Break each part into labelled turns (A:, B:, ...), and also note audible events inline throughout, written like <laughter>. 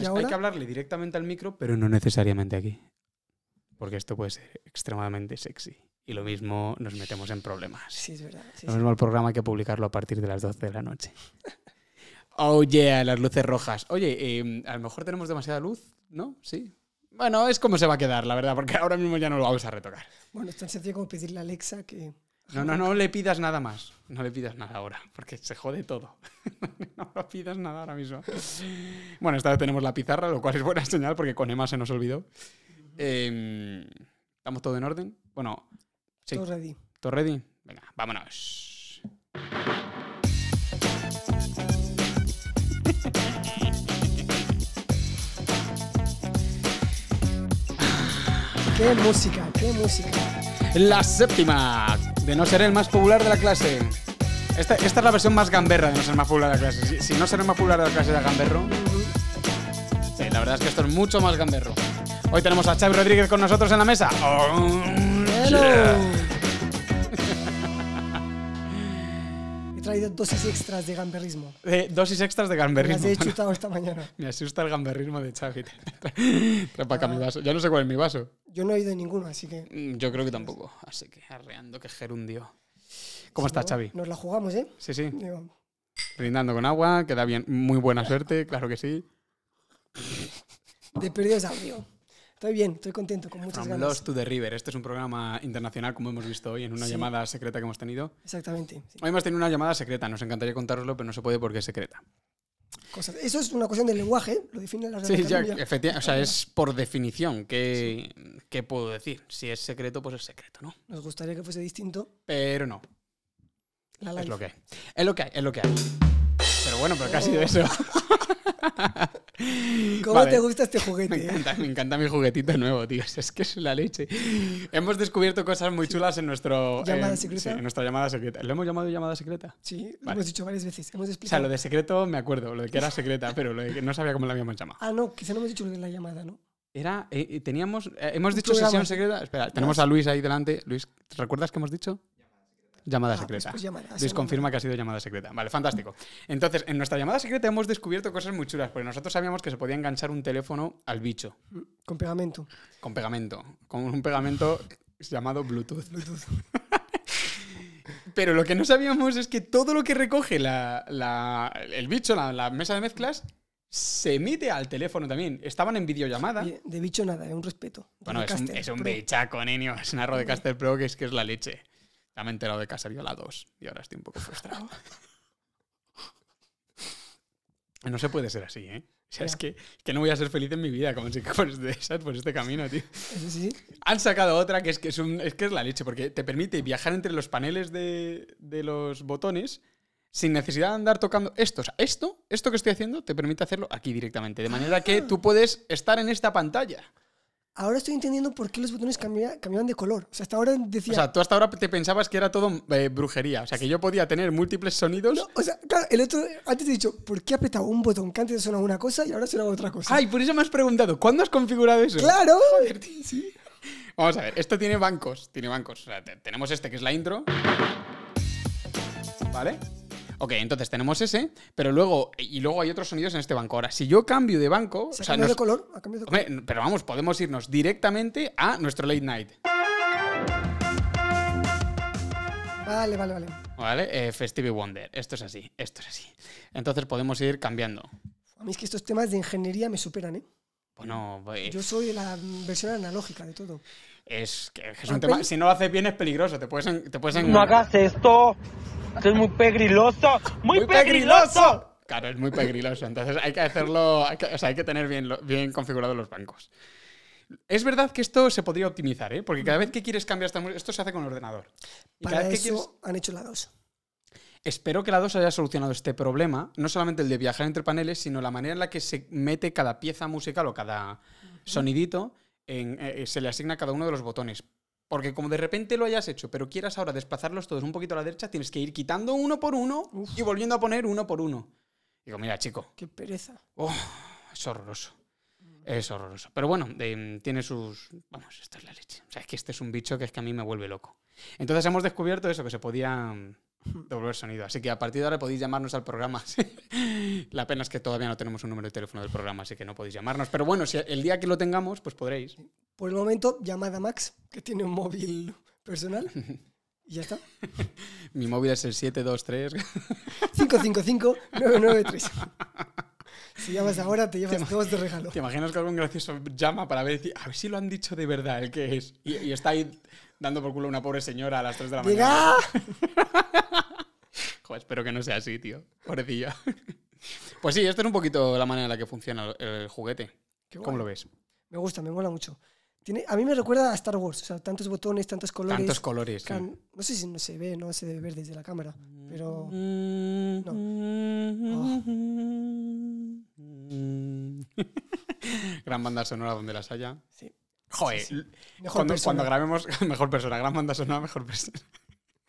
A: ¿Y
B: Es-
A: ahora?
B: Hay que hablarle directamente al micro, pero no necesariamente aquí. Porque esto puede ser extremadamente sexy. Y lo mismo nos metemos en problemas.
A: Sí, es verdad. sí,
B: Lo
A: sí.
B: mismo el programa hay que publicarlo a partir de las 12 de la noche. Oh yeah, las luces rojas. Oye, eh, a lo mejor tenemos demasiada luz, ¿no? Sí. Bueno, es como se va a quedar, la verdad, porque ahora mismo ya no lo vamos a retocar.
A: Bueno, es tan sencillo como pedirle a Alexa que...
B: No, no, no le pidas nada más. No le pidas nada ahora, porque se jode todo. <laughs> no le pidas nada ahora mismo. Bueno, esta vez tenemos la pizarra, lo cual es buena señal porque con Emma se nos olvidó. Eh, ¿Estamos todo en orden? Bueno, sí.
A: Todo ready.
B: ¿todo ready? Venga, vámonos.
A: ¡Qué música! ¡Qué música!
B: La séptima, de no ser el más popular de la clase. Esta, esta es la versión más gamberra de no ser el más popular de la clase. Si, si no ser el más popular de la clase era gamberro, Sí, la verdad es que esto es mucho más gamberro. Hoy tenemos a Xavi Rodríguez con nosotros en la mesa. Oh, yeah.
A: ¡Bueno! <laughs> He traído dosis extras de gamberrismo.
B: Eh, dosis extras de
A: Me Las
B: gamberrismo.
A: he chutado esta mañana.
B: <laughs> Me asusta el gamberrismo de Xavi. <laughs> Trae para acá mi vaso. Ya no sé cuál es mi vaso.
A: Yo no he oído ninguno, así que...
B: Mm, Yo creo que tampoco. Así que arreando, que gerundio. ¿Cómo
A: si
B: está
A: no,
B: Xavi?
A: Nos la jugamos, ¿eh?
B: Sí, sí.
A: Digo,
B: Brindando con agua, queda bien. Muy buena suerte, claro que sí.
A: de perdidos a río. Estoy bien, estoy contento, con muchas
B: From
A: ganas.
B: Lost to the River. Este es un programa internacional, como hemos visto hoy en una
A: Sí.
B: llamada secreta que hemos tenido.
A: Exactamente. sí.
B: Hoy hemos tenido una llamada secreta. Nos encantaría contároslo, pero no se puede porque es secreta.
A: Cosas- Eso es una cuestión del lenguaje, lo define la Real
B: Sí, ya,
A: Academia.
B: efectivamente. O sea, es por definición. ¿qué, qué puedo decir? Si es secreto, pues es secreto, ¿no?
A: Nos gustaría que fuese distinto.
B: Pero no.
A: La
B: Es
A: live.
B: lo que hay. Es lo que hay, es lo que hay. Pero bueno, pero casi de eso.
A: ¿Cómo
B: Vale.
A: te gusta
B: <laughs>
A: este
B: Me
A: juguete? eh?
B: encanta, me encanta mi juguetito nuevo, tío. <laughs> Es que es la leche. Hemos descubierto cosas muy chulas en nuestro
A: Llamada
B: eh,
A: secreta.
B: sí, en nuestra llamada secreta. ¿Lo hemos llamado llamada secreta?
A: Sí, lo
B: Vale.
A: hemos dicho varias veces. Hemos
B: O sea,
A: explicado.
B: lo de secreto me acuerdo, lo de que era secreta, pero lo de que no sabía cómo la habíamos llamado.
A: Ah, no, quizá no hemos dicho lo de la llamada, ¿no?
B: Era, eh, eh, teníamos, eh, hemos
A: Un
B: dicho
A: programa.
B: sesión secreta. Espera, tenemos a Luis ahí delante. Luis, ¿te ¿recuerdas qué hemos dicho? Llamada
A: Ah, pues-
B: secreta.
A: pues llamada, sí,
B: Luis confirma que ha sido llamada secreta. Vale, fantástico. Entonces, en nuestra llamada secreta hemos descubierto cosas muy chulas, porque nosotros sabíamos que se podía enganchar un teléfono al bicho,
A: Con pegamento.
B: con pegamento, con un pegamento llamado Bluetooth. <laughs> Pero lo que no sabíamos es que todo lo que recoge la- la- el bicho, la, la mesa de mezclas, se emite al teléfono también. Estaban en videollamada.
A: Oye, De bicho nada, es un respeto.
B: Ah. Bueno, es un,
A: Rodecaster,
B: es un
A: pro.
B: bechaco, niño. Es una Rodecaster Pro que es que es la leche. Ya me he enterado de que ha salido la 2 y ahora estoy un poco frustrado.
A: <laughs>
B: No se puede ser así, ¿eh? O sea, es
A: Ya.
B: que, que no voy a ser feliz en mi vida como si por, este- esas- por este camino, tío.
A: Eso sí,
B: Han sacado otra que es que es, un- es que es la leche, porque te permite viajar entre los paneles de, de los botones sin necesidad de andar tocando esto. O sea, esto, esto que estoy haciendo te permite hacerlo aquí directamente. De manera que tú puedes estar en esta pantalla.
A: Ahora estoy entendiendo por qué los botones cambia- cambiaban de color. O sea, hasta ahora decía.
B: O sea, tú hasta ahora te pensabas que era todo eh, brujería. O sea, que yo podía tener múltiples sonidos.
A: No, o sea, claro, el otro. Antes he dicho, ¿por qué apretaba un botón que antes sonaba una cosa y ahora sonaba otra cosa?
B: Ay, por eso me has preguntado, ¿cuándo has configurado eso?
A: ¡Claro!
B: Sí. Vamos a ver, esto tiene bancos. Tiene bancos. O sea, te- tenemos este que es la intro. ¿Vale? Ok, entonces tenemos ese, pero luego. Y luego hay otros sonidos en este banco. Ahora, si yo cambio de banco.
A: Se
B: o
A: ha
B: sea,
A: cambiado de
B: nos-
A: color. Ha cambiado de color.
B: Hombre, n- pero vamos, podemos irnos directamente a nuestro late night.
A: Vale, vale, vale.
B: ¿Vale? Eh, Festive Wonder. Esto es así, esto es así. Entonces podemos ir cambiando.
A: A mí es que estos temas de ingeniería me superan, ¿eh?
B: Bueno, eh,
A: Yo soy de la mm, versión analógica de todo.
B: Es que es
A: Ah,
B: un tema.
A: pero-
B: Si no lo haces bien es peligroso. Te puedes, en- te puedes en-
C: No hagas esto, que es muy pegriloso, muy, pegriloso.
B: Claro, es muy pegriloso. Entonces hay que hacerlo. hay que- o sea, hay que tener bien, lo- bien configurados los bancos. Es verdad que esto se podría optimizar, ¿eh? Porque cada vez que quieres cambiar esta música, esto se hace con el ordenador. Y cada
A: Para
B: vez
A: eso
B: que quieres-
A: han hecho la dos.
B: Espero que la 2 haya solucionado este problema, no solamente el de viajar entre paneles, sino la manera en la que se mete cada pieza musical o cada sonidito, en- eh, eh, se le asigna a cada uno de los botones. Porque como de repente lo hayas hecho, pero quieras ahora desplazarlos todos un poquito a la derecha, tienes que ir quitando uno por uno
A: Uf.
B: y volviendo a poner uno por uno. Digo, mira, chico,
A: Qué pereza.
B: oh, es horroroso. Es horroroso. Pero bueno, de- mm, tiene sus... Vamos, esto es la leche. O sea, es que este es un bicho que es que a mí me vuelve loco. Entonces hemos descubierto eso, que se podía... Devolver sonido. Así que a partir de ahora podéis llamarnos al programa. <laughs> sí. La pena es que todavía no tenemos un número de teléfono del programa, así que no podéis llamarnos. Pero bueno, si el día que lo tengamos, pues podréis.
A: Por el momento, llamada a Max, que tiene un móvil personal. Y ya está.
B: Mi móvil es el 723.
A: 555-993. Si llamas ahora, te llevas dos de regalo.
B: <laughs> ¿Te imaginas que algún gracioso llama para ver, y- a ver si lo han dicho de verdad el que es? Y, y está ahí dando por culo a una pobre señora a las 3 de la mañana.
A: ¡Llega!
B: Joder, espero que no sea así, tío. Pobrecilla. <laughs> Pues sí, esto es un poquito la manera en la que funciona el, el juguete.
A: Qué
B: ¿Cómo
A: guay.
B: lo ves?
A: Me gusta, me mola mucho. Tiene, a mí me recuerda a Star Wars. O sea, tantos botones, tantos colores.
B: Tantos colores. sí.
A: Can- No sé si no se ve, no se debe ver desde la cámara. Pero
B: Mm. mm. <laughs> Gran banda sonora donde las haya.
A: sí.
B: Joder,
A: Sí, Mejor
B: cuando,
A: persona.
B: cuando grabemos, <laughs> mejor persona, gran banda sonora, mejor persona.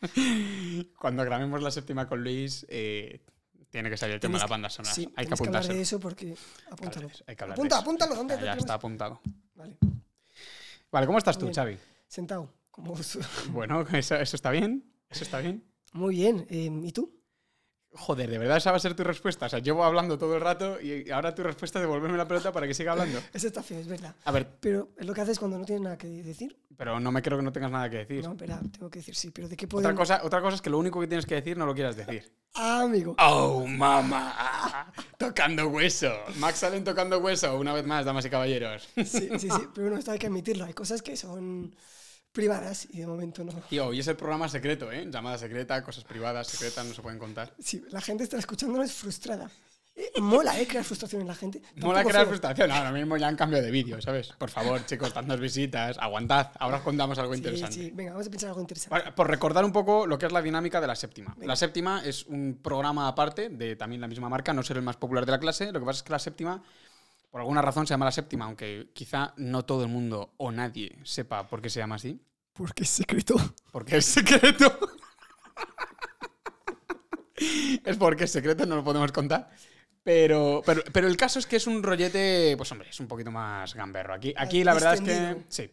B: <laughs> cuando grabemos la séptima con Luis, eh, tiene que salir el tema
A: Tienes
B: de la
A: que-
B: banda sonora.
A: sí,
B: hay que
A: tienes hablar
B: apuntárselo.
A: de eso porque. Apúntalo.
B: Hay que hablar de
A: Apunta,
B: eso.
A: apúntalo. ¿dónde
B: Ya, ya
A: te
B: está
A: está.
B: apuntado.
A: Vale.
B: Vale, ¿cómo estás tú,
A: Bien.
B: Xavi?
A: Sentado. Como...
B: Bueno, <laughs> eso, eso está bien. Eso está bien.
A: <laughs> Muy bien. eh, ¿Y tú?
B: Joder, de verdad esa va a ser tu respuesta. O sea, llevo hablando todo el rato y ahora tu respuesta es devolverme la pelota para que siga hablando.
A: Eso está feo, es verdad.
B: A ver,
A: Pero es lo que haces cuando no tienes nada que decir.
B: pero no me creo que no tengas nada que decir.
A: No, espera, tengo que decir sí. Pero ¿de qué
B: otra,
A: podemos...?
B: cosa, otra cosa es que lo único que tienes que decir no lo quieras decir.
A: Ah, amigo.
B: ¡Oh, mamá! Tocando hueso. Max Allen tocando hueso. Una vez más, damas y caballeros.
A: Sí, sí,
B: <laughs>
A: sí. Pero bueno, esto hay que admitirlo. Hay cosas que son privadas y de momento no.
B: Tío, hoy es el programa secreto, ¿eh? Llamada secreta, cosas privadas, secretas, no se pueden contar.
A: Sí, la gente está escuchándonos frustrada. Eh, mola, ¿eh? Crear frustración en la gente.
B: Mola
A: Tampoco
B: crear
A: feo.
B: frustración. Ahora mismo ya han cambiado de vídeo, ¿sabes? Por favor, chicos, dadnos visitas. Aguantad. Ahora os contamos algo interesante.
A: Sí, sí. Venga, vamos a pensar algo interesante.
B: Para- Por recordar un poco lo que es la dinámica de la séptima.
A: Venga.
B: La séptima es un programa aparte de también la misma marca, no ser el más popular de la clase. Lo que pasa es que la séptima, por alguna razón, se llama la séptima, aunque quizá no todo el mundo o nadie sepa por qué se llama así.
A: Porque es secreto.
B: Porque es secreto. <laughs> es porque es secreto, no lo podemos contar. Pero, pero, pero el caso es que es un rollete, pues hombre, es un poquito más gamberro. Aquí, aquí la verdad es que
A: Extendido.
B: sí.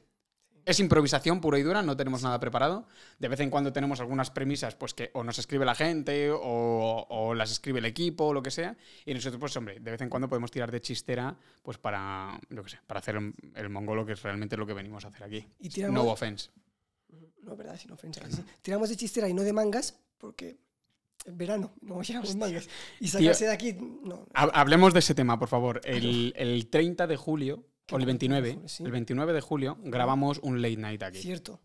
B: Es improvisación pura y dura, no tenemos nada preparado. De vez en cuando tenemos algunas premisas pues que o nos escribe la gente o, o las escribe el equipo o lo que sea. Y nosotros, pues hombre, de vez en cuando podemos tirar de chistera pues para, yo qué sé, para hacer el, el mongolo, que es realmente lo que venimos a hacer aquí.
A: Y
B: No
A: tiramos...
B: offense.
A: No, verdad, sin ofensa. sí. Tiramos de chistera y no de mangas porque... es Verano, no llevamos mangas. Y sacarse de aquí, no.
B: Ha- Hablemos de ese tema, por favor. El, el 30 de julio, o el 29,
A: Sí.
B: el 29 de julio, grabamos un late night aquí.
A: Cierto.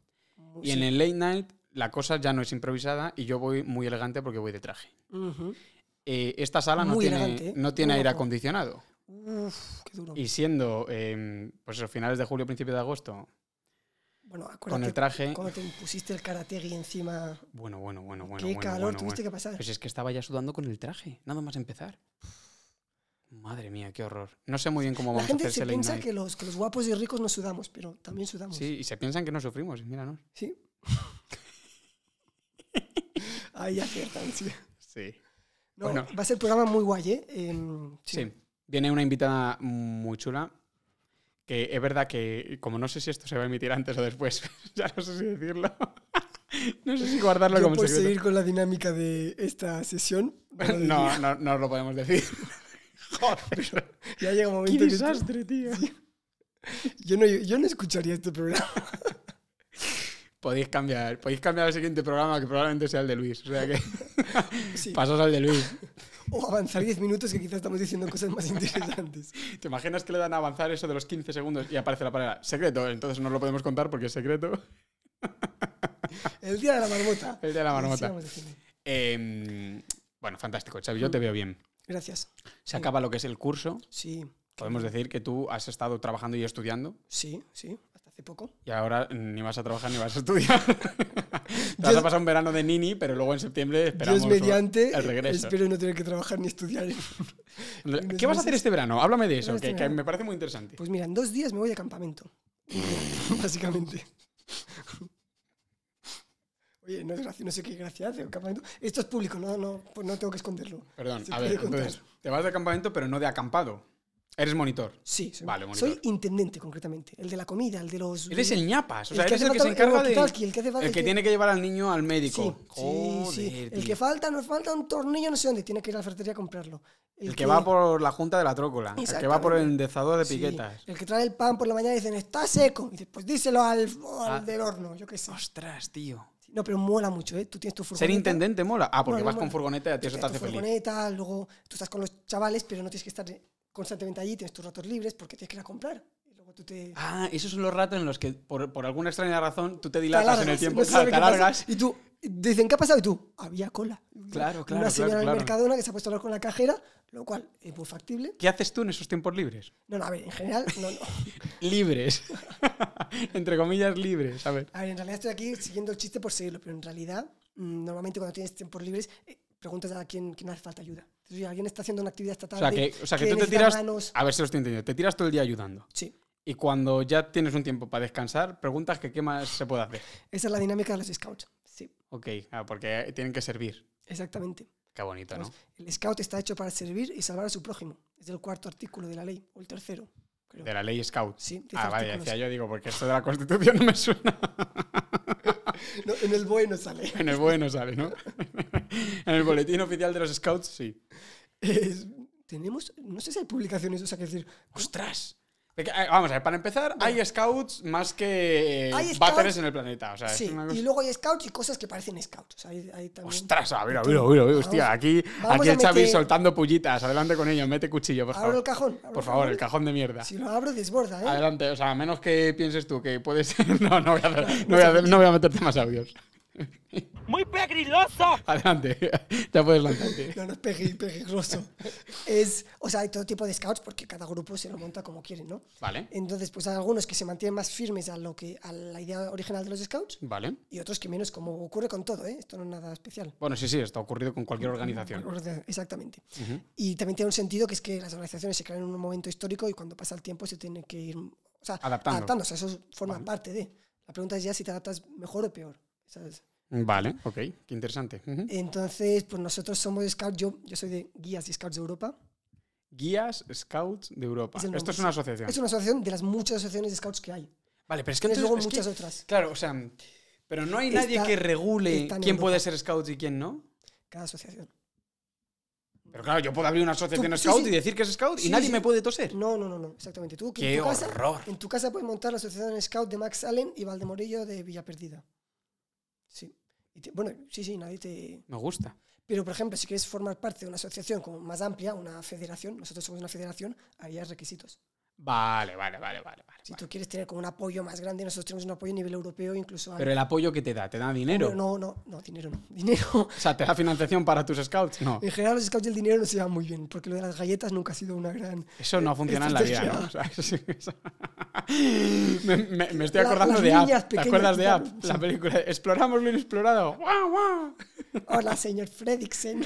B: Y en el late night la cosa ya no es improvisada y yo voy muy elegante porque voy de traje.
A: Ujú.
B: Eh, esta sala no
A: Muy
B: tiene,
A: elegante, ¿eh?
B: no tiene
A: Muy
B: aire
A: guapo.
B: acondicionado.
A: Uf, qué duro.
B: Y siendo, eh, pues, esos finales de julio, principios de agosto,
A: bueno, acuérdate
B: con el traje...
A: cuando te pusiste el karategi encima.
B: Bueno, bueno, bueno, bueno.
A: qué
B: bueno,
A: calor
B: bueno,
A: tuviste
B: bueno.
A: que pasar.
B: Pues es que estaba ya sudando con el traje, nada más empezar. Madre mía, qué horror. No sé muy bien cómo
A: La
B: vamos a hacer
A: gente
B: ese
A: se
B: late
A: piensa
B: night.
A: que los, que los guapos y ricos no sudamos, pero también sudamos.
B: Sí, y se piensan que no sufrimos, y míranos.
A: ¿Sí? <laughs> Ahí aciertan, sí.
B: Sí.
A: No,
B: Bueno.
A: Va a ser programa muy guay, ¿eh? Em,
B: Sí. Viene una invitada muy chula. Que es verdad que, como no sé si esto se va a emitir antes o después, <laughs> ya no sé si decirlo. <laughs> no sé si guardarlo
A: Yo
B: como
A: por
B: secreto.
A: seguir con la dinámica de esta sesión.
B: <laughs>
A: bueno,
B: No, no, no os lo podemos decir. <laughs> Joder.
A: Ya llega un
B: Qué
A: momento que tú-
B: desastre, tío.
A: <laughs> yo, no, yo no escucharía este programa.
B: Podéis cambiar, podéis cambiar el siguiente programa que probablemente sea el de Luis. O sea
A: <laughs>
B: que
A: Sí.
B: pasos al de Luis.
A: O avanzar 10 minutos que quizás estamos diciendo cosas más <laughs> interesantes.
B: ¿Te imaginas que le dan a avanzar eso de los 15 segundos y aparece la palabra secreto? Entonces no lo podemos contar porque es secreto. <laughs>
A: El día de la marmota.
B: El de la marmota.
A: Sigamos diciendo.
B: Em, bueno, fantástico, Xavi, yo te veo bien.
A: Gracias.
B: Se acaba lo que es el curso.
A: Sí,
B: Podemos decir que tú has estado trabajando y estudiando
A: sí, sí, hasta hace poco.
B: y ahora ni vas a trabajar ni vas a estudiar. <laughs> Te vas
A: Dios-
B: a pasar un verano de nini, pero luego en septiembre esperamos
A: Dios mediante,
B: el regreso.
A: espero no tener que trabajar ni estudiar.
B: ¿Qué vas a hacer este verano? Háblame de eso,
A: Este
B: que, que
A: verano.
B: me parece muy interesante.
A: Pues mira, en dos días me voy de campamento. <laughs> Básicamente. <laughs> Oye, no, es gracia, no sé qué gracia hace. un campamento. Esto es público, no, no, pues no tengo que esconderlo.
B: Perdón,
A: se
B: a
A: puede
B: ver,
A: contar.
B: entonces, te vas de campamento pero no de acampado. Eres monitor.
A: Sí, soy,
B: Vale, monitor.
A: soy intendente concretamente, el de la comida, el de los...
B: Eres el ñapas. O
A: el
B: sea,
A: que
B: eres el
A: hace
B: que se
A: falta-
B: encarga
A: el
B: de.
A: walkie-talkie, el que hace falta-
B: el
A: el
B: que
A: que-
B: tiene que llevar al niño al
A: Sí,
B: médico.
A: sí, sí.
B: Joder,
A: El
B: tío.
A: que falta, nos falta un tornillo, no sé dónde, tiene que ir a la ferretería a comprarlo.
B: El que va por la junta de la trócola. El que va por el
A: Exactamente.
B: endezador de
A: sí,
B: piquetas.
A: el que trae el pan por la mañana y dicen, está seco. Y dices, pues díselo al, al
B: Ah.
A: del horno, yo qué sé.
B: Ostras, tío.
A: No, pero mola mucho, ¿eh? Tú tienes tu furgoneta.
B: Ser intendente mola. Ah, porque
A: Mola,
B: vas
A: mola.
B: con furgoneta y a ti eso te
A: Tienes
B: hace
A: tu
B: feliz.
A: furgoneta, luego tú estás con los chavales, pero no tienes que estar constantemente allí, tienes tus ratos libres porque tienes que ir a comprar. Y luego tú te...
B: Ah, esos son los ratos en los que, por, por alguna extraña razón, tú te dilatas en el
A: alargas,
B: tiempo,
A: <laughs> no se
B: claro,
A: sabe
B: te
A: qué pasa.
B: alargas.
A: Y tú, dicen, ¿qué ha pasado? Y tú, había cola.
B: Claro, claro,
A: Una señora
B: claro,
A: del
B: claro.
A: Mercadona que se ha puesto a hablar con la cajera, lo cual es muy factible.
B: ¿Qué haces tú en esos tiempos libres?
A: No, no, a ver, en general, no, no.
B: Libres. <laughs> Entre comillas, libres. A ver.
A: A ver, en realidad estoy aquí siguiendo el chiste por seguirlo, pero en realidad, mm, normalmente cuando tienes tiempos libres, eh, preguntas a quién, quién hace falta ayuda. Entonces, si alguien está haciendo una actividad esta
B: O
A: tarde,
B: sea, que, o sea, que tú te
A: necesita
B: tiras.
A: manos-
B: A ver si lo estoy entendiendo. Te tiras todo el día ayudando.
A: Sí,
B: Y cuando ya tienes un tiempo para descansar, preguntas que qué más se puede hacer.
A: esa es la dinámica de los scouts. Sí,
B: Ok, ah, porque tienen que servir.
A: exactamente.
B: Qué bonito, ¿no?
A: Entonces, El scout está hecho para servir y salvar a su prójimo. Es el cuarto artículo de la ley, o el tercero, creo.
B: De la ley Scout.
A: Sí, diez
B: Ah, vale,
A: artículos.
B: decía yo, digo, porque esto de la Constitución <laughs> no me suena.
A: No, en el BOE no sale.
B: En el bueno sale,
A: <laughs>
B: ¿no? en el boletín oficial de los Scouts, sí.
A: Es- tenemos, no sé si hay publicaciones, o sea, que decir,
B: ¡Ostras! De que, eh, Vamos a ver, para empezar, hay Scouts más que eh,
A: Hay
B: váteres
A: scouts-
B: en el planeta. O sea,
A: sí,
B: Ah, es una
A: y
B: cosa...
A: luego hay scouts y cosas que parecen scouts. O sea, hay, hay también-
B: ¡Ostras! ah, A ver, a ver,
A: Entonces,
B: a ver, a ver,
A: vamos-
B: hostia, aquí,
A: vamos
B: aquí
A: a
B: el Xavi
A: meter-
B: soltando pullitas. Adelante con ello, mete cuchillo, por
A: Abro el
B: favor.
A: cajón. abro
B: Por favor, el cajón de mierda.
A: Si lo abro, desborda, ¿eh?
B: Adelante, o sea, a menos que pienses tú que puedes <laughs> No, no voy a, hacer-
A: pues
B: no voy a hacer- no voy a meterte más audios.
C: Muy pegriloso.
B: Adelante, <laughs> ya puedes
A: <laughs>
B: lanzarte.
A: No, no es pegui-
B: <laughs>
A: peligroso. es, o sea, hay todo tipo de scouts porque cada grupo se lo monta como quiere, ¿no?
B: Vale,
A: Entonces, pues hay algunos que se mantienen más firmes a, lo que, a la idea original de los scouts
B: vale.
A: y otros que menos, como ocurre con todo, ¿eh? Esto no es nada especial.
B: Bueno, sí, sí, esto ha ocurrido con cualquier organización.
A: Orden- Exactamente.
B: Ujú.
A: Y también tiene un sentido que es que las organizaciones se crean en un momento histórico y cuando pasa el tiempo se tienen que ir o sea,
B: Adaptando.
A: O sea, eso forma parte de. La pregunta es ya si te adaptas mejor o peor. ¿sabes?
B: Vale, ok, qué interesante. Ujú.
A: Entonces, pues nosotros somos scouts. Yo, yo soy de Guías y Scouts de Europa.
B: Guías Scouts de Europa.
A: Es el
B: Esto
A: nombre,
B: es una
A: sí.
B: asociación.
A: Es una asociación de las muchas asociaciones de scouts que hay.
B: Vale, pero es que
A: Tienes
B: entonces,
A: luego
B: es que-
A: muchas otras.
B: Claro, o sea, pero no hay nadie
A: Está-
B: que regule
A: está en
B: quién
A: Europa.
B: puede ser scout y quién no.
A: Cada asociación.
B: Pero claro, yo puedo abrir una asociación
A: Tú- sí,
B: scout
A: sí.
B: y decir que es scout y
A: Sí,
B: nadie
A: sí.
B: me puede toser.
A: No, no, no, no. Exactamente. Tú, que
B: Eh, ¡Qué
A: en tu casa,
B: horror!
A: En tu casa puedes montar la asociación scout de Max Allen y Valdemorillo de Villa Perdida. Sí. Y te- bueno, sí, sí, nadie te,
B: Me gusta.
A: Pero, por ejemplo, si quieres formar parte de una asociación como más amplia, una federación, nosotros somos una federación, harías requisitos.
B: Vale, vale, vale, vale. vale.
A: Si tú quieres tener como un apoyo más grande, nosotros tenemos un apoyo a nivel europeo, incluso a...
B: Pero el apoyo que te da, ¿te da dinero?
A: No, no, no, dinero no. <laughs> Dinero.
B: O sea, ¿te da financiación para tus scouts? No.
A: En general, los scouts y el dinero no se llevan muy bien, porque lo de las galletas nunca ha sido una gran.
B: Eso no funciona en la vida, ¿no? O sea, <laughs> sí, eso- me, me- me estoy
A: La-
B: acordando
A: las
B: de App.
A: niñas
B: ¿Te
A: pequeñas,
B: acuerdas de App?
A: claro,
B: La
A: sí.
B: película. Exploramos lo inexplorado. ¡Guau, guau!
A: Hola, señor
B: <laughs>
A: Fredricksen.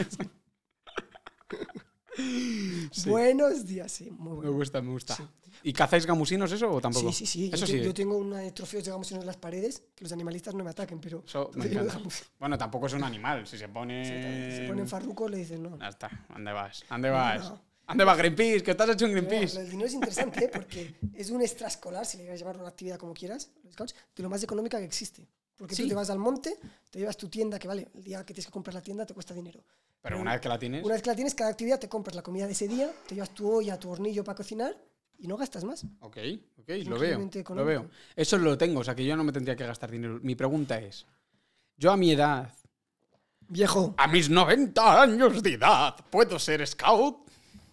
A: Buenos días, sí, muy
B: Me
A: bueno.
B: gusta, me gusta.
A: Sí.
B: ¿Y cazáis gamusinos eso o tampoco?
A: Sí, sí, sí.
B: Eso
A: yo, te-
B: sí.
A: yo tengo una de trofeos de gamusinos en las paredes, que los animalistas no me ataquen, pero.
B: Eso
A: <laughs>
B: me
A: yo
B: encanta.
A: lo
B: Eh,
A: dejamos.
B: Bueno, tampoco es un animal. Si se pone.
A: Se ponen farrucos, le dicen no.
B: Ya está. ¿Dónde vas? ¿Dónde
A: No,
B: vas?
A: no.
B: ¿Dónde vas, Greenpeace? Que estás hecho un
A: Pero bueno,
B: Greenpeace.
A: lo del dinero es interesante ¿eh? porque es un extraescolar, si le quieres llamar una actividad como quieras, los scouts, de lo más económica que existe. Porque
B: Sí.
A: tú te vas al monte, te llevas tu tienda, que vale, el día que tienes que comprar la tienda te cuesta dinero.
B: Pero una vez que la tienes.
A: Una vez que la tienes, cada actividad te compras la comida de ese día, te llevas tu olla, tu hornillo para cocinar y no gastas más.
B: Ok, ok, lo veo.
A: increíblemente
B: Lo veo.
A: económico.
B: Eso lo tengo, o sea que yo no me tendría que gastar dinero. Mi pregunta es: Yo a mi edad,
A: Viejo,
B: a mis 90 años de edad, ¿puedo ser scout?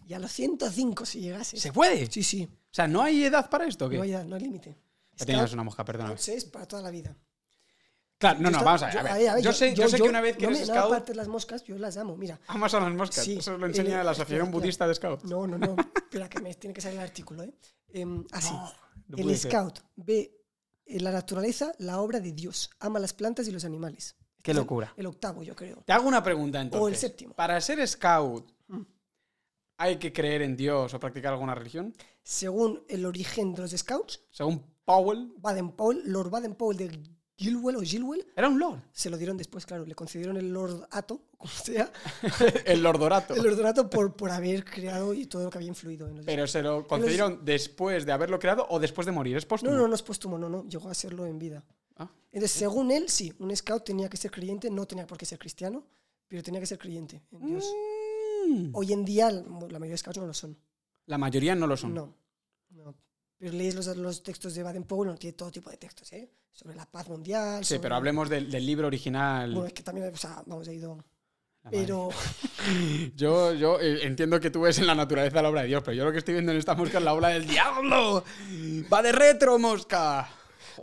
A: y a los 105 si llegases.
B: ¿Se puede?
A: Sí, sí,
B: O sea, ¿no hay edad para esto? o qué?
A: no hay, edad, no hay límite.
B: Ya tenías
A: Scout-
B: una mosca, perdóname.
A: Scouts es para toda la vida.
B: Claro, no,
A: Yo
B: no,
A: esta-
B: vamos a ver.
A: yo-
B: a ver, yo, sé, yo, sé que una vez que
A: no
B: eres
A: me- no me
B: scout,
A: partes las moscas, yo las amo, mira.
B: amas a las moscas.
A: Sí,
B: Eso lo enseña
A: el-
B: la Asociación
A: espera,
B: Budista de Scouts.
A: No, no,
B: <laughs>
A: no. Espera, que me tiene que salir el artículo, ¿eh? Em, así.
B: no puede
A: el
B: ser.
A: scout ve en la naturaleza la obra de Dios. Ama las plantas y los animales.
B: Qué
A: Es el-
B: locura.
A: El, octavo, yo creo.
B: Te hago una pregunta entonces.
A: séptimo.
B: Para ser scout,
A: Mm.
B: ¿hay que creer en Dios o practicar alguna religión?
A: Según el origen de los scouts,
B: Según Powell,
A: Baden-Powell, Lord Baden-Powell de Gilwell o Gilwell,
B: Era un lord. <laughs>
A: se lo dieron después, claro, le concedieron el Lord Ato, <laughs> como sea,
B: el lordorato.
A: el Lord Ato por, por haber creado y todo lo que había influido en los
B: Pero se lo concedieron después de haberlo creado o después de morir. Es póstumo.
A: No, no, no es póstumo, no, no, llegó a serlo en vida.
B: Ah.
A: Entonces, según él, sí, un scout tenía que ser creyente, no tenía por qué ser cristiano, pero tenía que ser creyente en Dios.
B: Mm.
A: Hoy en día, la mayoría de scouts no lo son.
B: La mayoría no lo son.
A: No, no. Pero lees los, los textos de Baden Powell, no tiene todo tipo de textos, ¿eh? Sobre la paz mundial.
B: Sí,
A: sobre-
B: pero hablemos del, del libro original.
A: Bueno, es que también, o sea, vamos, he ido.
B: La madre. <laughs>
A: Pero
B: Yo, yo eh, entiendo que tú ves en la naturaleza la obra de Dios, pero yo lo que estoy viendo en esta mosca es la obra del diablo. ¡Va de retro, mosca!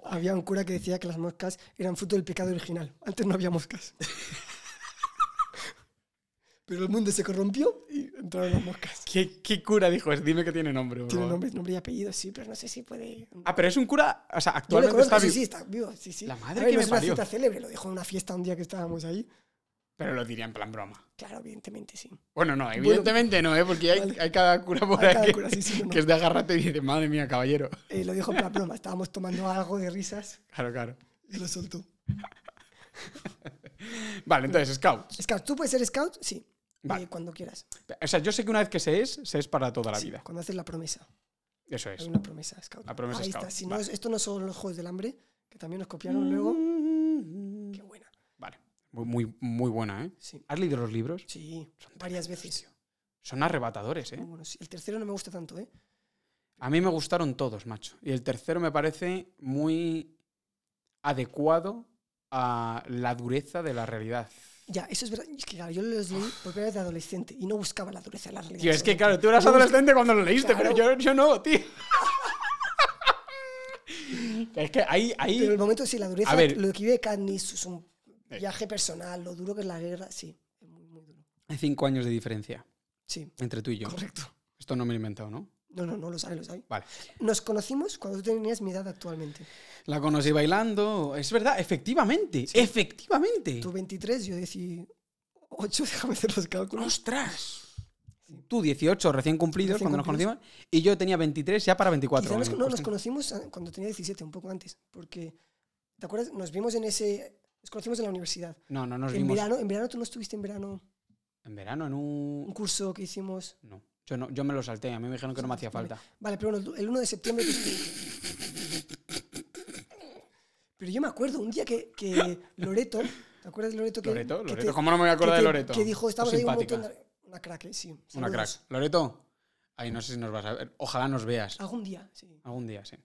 A: había un cura que decía que las moscas eran fruto del pecado original. Antes no había
B: <laughs>
A: moscas. pero el mundo se corrompió y entraron las moscas.
B: ¿Qué, qué cura dijo? es? Dime que tiene nombre. por
A: Tiene
B: favor.
A: nombre, nombre y apellido, sí, pero no sé si puede.
B: Ah, pero es un cura, o sea,
A: Yo lo
B: actualmente
A: conozco,
B: está
A: sí,
B: vivo.
A: sí, está vivo, sí, sí.
B: La madre
A: A ver,
B: que
A: no
B: me
A: es una
B: parió.
A: cita célebre, lo dijo en una fiesta un día que estábamos ahí.
B: Pero lo diría en plan broma.
A: Claro,
B: <laughs>
A: evidentemente sí.
B: Bueno, no, evidentemente no, ¿eh? porque hay,
A: Vale.
B: hay cada cura por
A: Hay
B: ahí
A: cada
B: que,
A: cura, sí, sí, no, no.
B: que es de agarrate y dice, madre mía, caballero.
A: Eh, lo dijo en plan broma, estábamos tomando algo de risas
B: Claro, claro.
A: y
B: <laughs>
A: lo soltó.
B: Vale, entonces, scouts.
A: Scout, ¿tú puedes ser scout? Sí.
B: Vale.
A: Eh, cuando quieras.
B: O sea, yo sé que una vez que se es, se es para toda la
A: Sí,
B: vida.
A: cuando haces la promesa.
B: Eso
A: Hay
B: es.
A: una promesa scout.
B: La promesa
A: Ahí
B: scout,
A: está. Si no
B: vale.
A: es- esto no son los Juegos del Hambre, que también nos copiaron luego.
B: Mm.
A: Qué buena.
B: Vale. Muy, muy, muy buena, ¿eh?
A: Sí.
B: ¿Has leído los libros?
A: Sí, varias veces.
B: Son arrebatadores, ¿eh?
A: Muy buenos. El tercero no me gusta tanto, ¿eh?
B: A mí me gustaron todos, macho. Y el tercero me parece muy adecuado a la dureza de la realidad.
A: Ya, eso es verdad. Es que claro, yo los leí por primera vez de adolescente y no buscaba la dureza de ¿eh? la realidad.
B: Ah. Tío, es que
A: Sobre
B: claro,
A: todo.
B: tú eras
A: No buscaba-
B: adolescente cuando lo leíste,
A: Claro.
B: pero yo, yo no, tío. <laughs> es que ahí, ahí.
A: Pero el momento sí, la dureza,
B: A ver.
A: lo que vive Katniss es un
B: Eh.
A: viaje personal, lo duro que es la guerra, sí, es muy, muy duro.
B: Hay cinco años de diferencia
A: Sí,
B: entre tú y yo.
A: correcto.
B: Esto no me lo he inventado, ¿no?
A: No, no, no los hay, los hay.
B: Vale.
A: Nos conocimos cuando tú tenías mi edad actualmente.
B: La conocí bailando. Es verdad, efectivamente.
A: Sí.
B: Efectivamente.
A: Tú 23, yo 18, <laughs> déjame hacer los cálculos.
B: ¡Ostras! Tú 18 recién cumplidos
A: Recién
B: cuando nos
A: cumplidos.
B: conocimos y yo tenía 23 ya para Pues 24.
A: Quizá nos,
B: Bueno,
A: no, nos
B: ostras.
A: conocimos a- cuando tenía 17, un poco antes, porque, ¿te acuerdas? Nos vimos en ese, nos conocimos en la universidad.
B: no, no nos
A: en
B: vimos.
A: verano, en verano tú no estuviste en verano,
B: En verano, en
A: un
B: un...
A: curso que hicimos.
B: No, yo, no, yo me lo salté, a mí me dijeron que no me hacía falta.
A: Vale, pero bueno, el 1 de septiembre. tú estuviste. Pero yo me acuerdo un día que, que Loreto, ¿te acuerdas de Loreto? Que,
B: Loreto,
A: que
B: Loreto,
A: te-
B: ¿cómo no me voy a
A: que
B: acordar de
A: te-
B: Loreto?
A: Que dijo, estamos ahí un
B: Simpática,
A: montón de... Una crack, eh, sí.
B: Una
A: saludos.
B: crack. Loreto, ahí no sé si nos vas a ver, ojalá nos veas.
A: Algún día, sí.
B: Algún día, sí.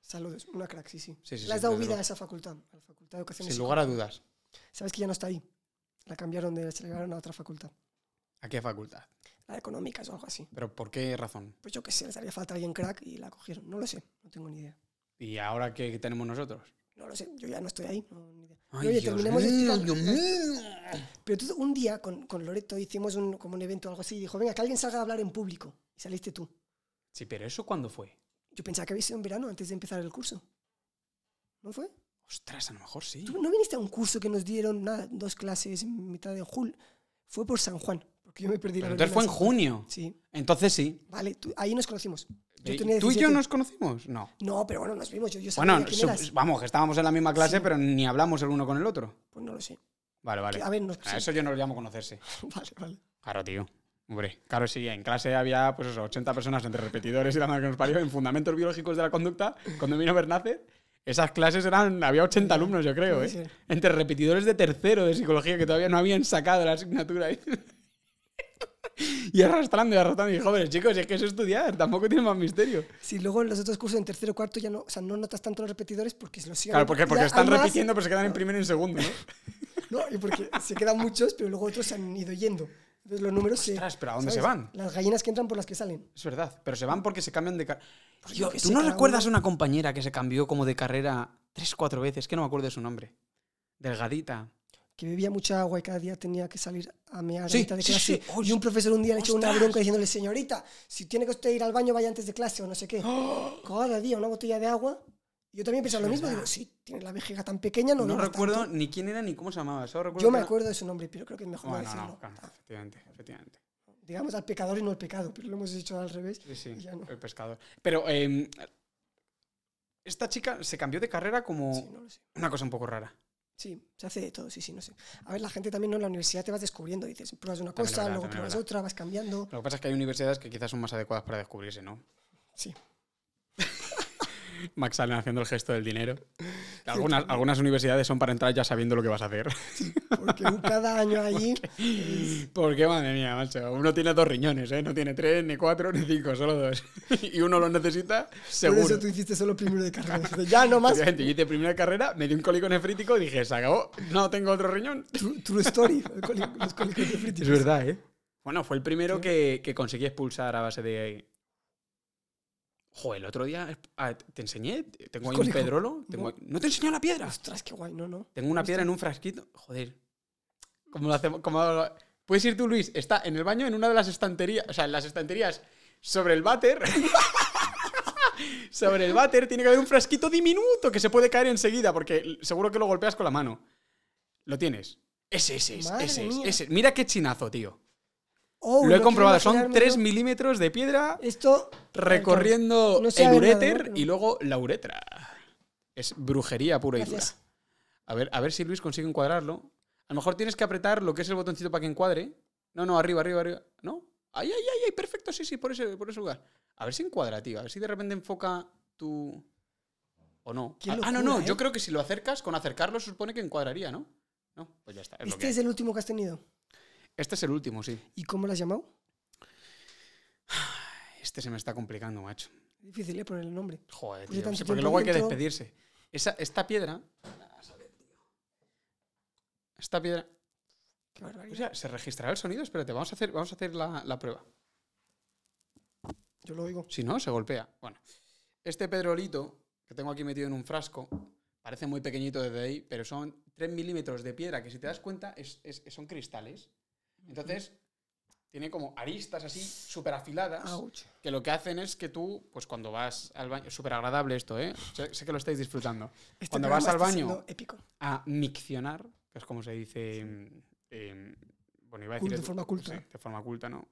A: Saludos, una crack, sí, sí.
B: Sí, sí,
A: Le has
B: sí,
A: dado
B: desde
A: vida a
B: luego.
A: esa facultad, a la facultad de educación.
B: Sin
A: y
B: lugar a dudas.
A: Psicología. Sabes que ya no está ahí. La cambiaron de, se la llevaron a otra facultad,
B: ¿A qué facultad?
A: la de económicas o algo así.
B: ¿Pero por qué razón?
A: Pues yo qué sé, les haría falta alguien crack y la cogieron. No lo sé, no tengo ni idea.
B: ¿Y ahora qué tenemos nosotros?
A: No lo sé, yo ya no estoy ahí. No, ni idea.
B: Ay,
A: Pero, oye,
B: Dios
A: terminemos de
B: mío,
A: explicar-
B: Dios mío.
A: Pero tú un día con, con Loreto hicimos un, como un evento o algo así y dijo, venga, que alguien salga a hablar en público. Y saliste tú.
B: Sí, pero ¿eso cuándo fue?
A: Yo pensaba que había sido en verano antes de empezar el curso. ¿No fue?
B: Ostras, a lo mejor sí.
A: Tú no viniste a un curso que nos dieron nada, dos clases en mitad de julio. Fue por San Juan, porque yo me perdí
B: Pero
A: la
B: entonces
A: verbena
B: fue en
A: San Juan.
B: junio.
A: Sí,
B: Entonces sí.
A: vale, tú- ahí nos conocimos. Yo
B: ¿Y
A: tenía
B: Eh, ¿Tú y yo
A: 17.
B: nos conocimos? No.
A: No, pero bueno, nos vimos, yo, yo sabía
B: Bueno, pues,
A: quién
B: sup-
A: eras.
B: vamos, que estábamos en la misma clase, pero ni hablamos el uno con el otro.
A: Pues no lo sé.
B: Vale, vale.
A: Que- A ver, nos...
B: A eso yo no lo llamo conocerse.
A: <laughs> Vale, vale.
B: Claro, tío. Hombre, claro, sí, en clase había pues eso, 80 personas entre repetidores y la madre que nos parió en Fundamentos Biológicos de la Conducta, cuando vino Bernácer. Esas clases eran, había 80 alumnos, yo creo,
A: Puede
B: ¿eh?
A: ser.
B: Entre repetidores de tercero de psicología que todavía no habían sacado la asignatura. <laughs> ¿eh? Y arrastrando y arrastrando. Y jóvenes, chicos, es que es estudiar, tampoco tiene más misterio.
A: Si luego en los otros cursos en tercero o cuarto ya no, o sea, no notas tanto los repetidores porque se los siguen.
B: Claro, porque, porque
A: Ya
B: están
A: hay más-
B: repitiendo, pero se quedan en primero y en segundo, ¿no?
A: No, y porque se quedan muchos, pero luego otros se han ido yendo. Entonces los números se.
B: Ostras, pero ¿a dónde se van?
A: Las gallinas que entran por las que salen.
B: Es verdad, pero se van porque se cambian de carrera.
A: Pues yo que
B: ¿Tú
A: sé,
B: no
A: cada
B: recuerdas a
A: uno-
B: una compañera que se cambió como de carrera tres, cuatro veces? Que no me acuerdo de su nombre. Delgadita.
A: Que bebía mucha agua y cada día tenía que salir a mear a
B: Sí,
A: mitad de
B: sí,
A: clase.
B: sí. Oh,
A: Y un profesor un día le echó una
B: ostras.
A: bronca diciéndole, señorita, si tiene que usted ir al baño, vaya antes de clase o no sé
B: <gasps>
A: qué. Cada día una botella de agua. Yo también pensaba lo mismo.
B: verdad.
A: Digo, si tiene la vejiga tan pequeña, no
B: No,
A: bebas
B: recuerdo
A: tanto".
B: ni quién era ni cómo se llamaba. Solo recuerdo
A: Yo
B: que
A: me
B: era-
A: acuerdo de su nombre, pero creo que es mejor no
B: Bueno,
A: decirlo.
B: no, claro, efectivamente, efectivamente.
A: Digamos al pecador y no al pecado, pero lo hemos dicho al revés.
B: Sí, sí,
A: Ya no.
B: el pescador. Pero eh, em, Esta chica se cambió de carrera como
A: Sí, no lo sé.
B: una cosa un poco rara.
A: Sí, se hace de todo, sí, sí, no sé. A ver, la gente también, ¿no? En la universidad te vas descubriendo, dices, pruebas una
B: También la
A: cosa,
B: verdad,
A: luego
B: también la
A: pruebas
B: verdad.
A: otra,
B: <laughs>
A: vas cambiando.
B: Lo que pasa es que hay universidades que quizás son más adecuadas para descubrirse, ¿no?
A: Sí.
B: <laughs> Max Allen haciendo el gesto del
A: <laughs>
B: dinero. Algunas, algunas universidades son para entrar ya sabiendo lo que vas a hacer. <laughs>
A: Porque un cada año eh, allí.
B: Porque, madre mía, macho, uno tiene dos riñones, ¿eh? No tiene tres, ni cuatro, ni cinco, solo dos. <laughs> Y uno lo necesita
A: Por
B: seguro.
A: eso tú hiciste solo primero de carrera. Dijiste, ya, no más.
B: Obviamente, yo hice primera carrera, me di un cólico nefrítico y dije, se acabó, no tengo otro riñón.
A: True, true story. <laughs> el cólico- Los cólicos de Fritis.
B: verdad, ¿eh? Bueno, fue el primero que, que conseguí expulsar a base de... Joder, el otro día... ah, ¿Te enseñé? Tengo ahí un
A: Cólico.
B: pedrolo. tengo ahí- ¿No te enseñé la piedra?
A: Ostras, qué guay, no, no.
B: Tengo una piedra en un frasquito. Joder. ¿Cómo lo hacemos? ¿Cómo lo- Puedes ir tú, Luis. Está en el baño en una de las estanterías. O sea, en las estanterías sobre el váter. <laughs> sobre el váter tiene que haber un frasquito diminuto que se puede caer enseguida porque seguro que lo golpeas con la mano. Lo tienes. Ese, ese, es,
A: Madre
B: ese, es,
A: mía.
B: ese. Mira qué chinazo, tío.
A: Oh, no
B: lo he
A: quiero
B: comprobado. Son
A: imaginarme
B: 3
A: yo
B: milímetros de piedra
A: Esto.
B: recorriendo
A: No sé
B: el
A: haber nadado,
B: uréter
A: pero-
B: y luego la uretra. Es brujería pura y
A: Gracias.
B: dura. A ver, a ver si Luis consigue encuadrarlo. A lo mejor tienes que apretar lo que es el botoncito para que encuadre. No, no, arriba, arriba, arriba. ¿No? Ay, ay, ay, ay, perfecto, sí, sí, por ese, por ese lugar. A ver si encuadra, tío. A ver si de repente enfoca tu. O no.
A: Qué
B: ah, ah, no,
A: locura,
B: no.
A: ¿eh?
B: Yo creo que si lo acercas, con acercarlo se supone que encuadraría, ¿no? No, pues ya está. es lo que
A: Este es
B: hay.
A: el último que has tenido.
B: este es el último, sí.
A: ¿Y cómo lo has llamado?
B: Este se me está complicando, macho.
A: Difícil, ¿eh? Poner el nombre.
B: Joder,
A: Pues yo
B: tío,
A: tanto
B: sí, porque
A: tiempo
B: luego hay que
A: dentro.
B: despedirse. Esa, esta piedra. Esta piedra.
A: Qué barbaridad.
B: O sea, ¿se registrará el sonido? Espérate, vamos a hacer, vamos a hacer la, la prueba.
A: Yo lo oigo.
B: Si no, se golpea. Bueno, este pedrolito que tengo aquí metido en un frasco, parece muy pequeñito desde ahí, pero son 3 milímetros de piedra que si te das cuenta es- es- son cristales. Entonces, tiene como aristas así súper afiladas.
A: Ouch.
B: que lo que hacen es que tú, pues cuando vas al baño, súper agradable esto, ¿eh? Sé, sé que lo estáis disfrutando.
A: Este
B: cuando
A: programa
B: vas al
A: está
B: baño
A: siendo Épico.
B: a miccionar, que es como se dice, em, em, bueno, iba a decir...
A: Cul- de
B: edu-
A: forma culta.
B: sí, de forma culta, ¿no?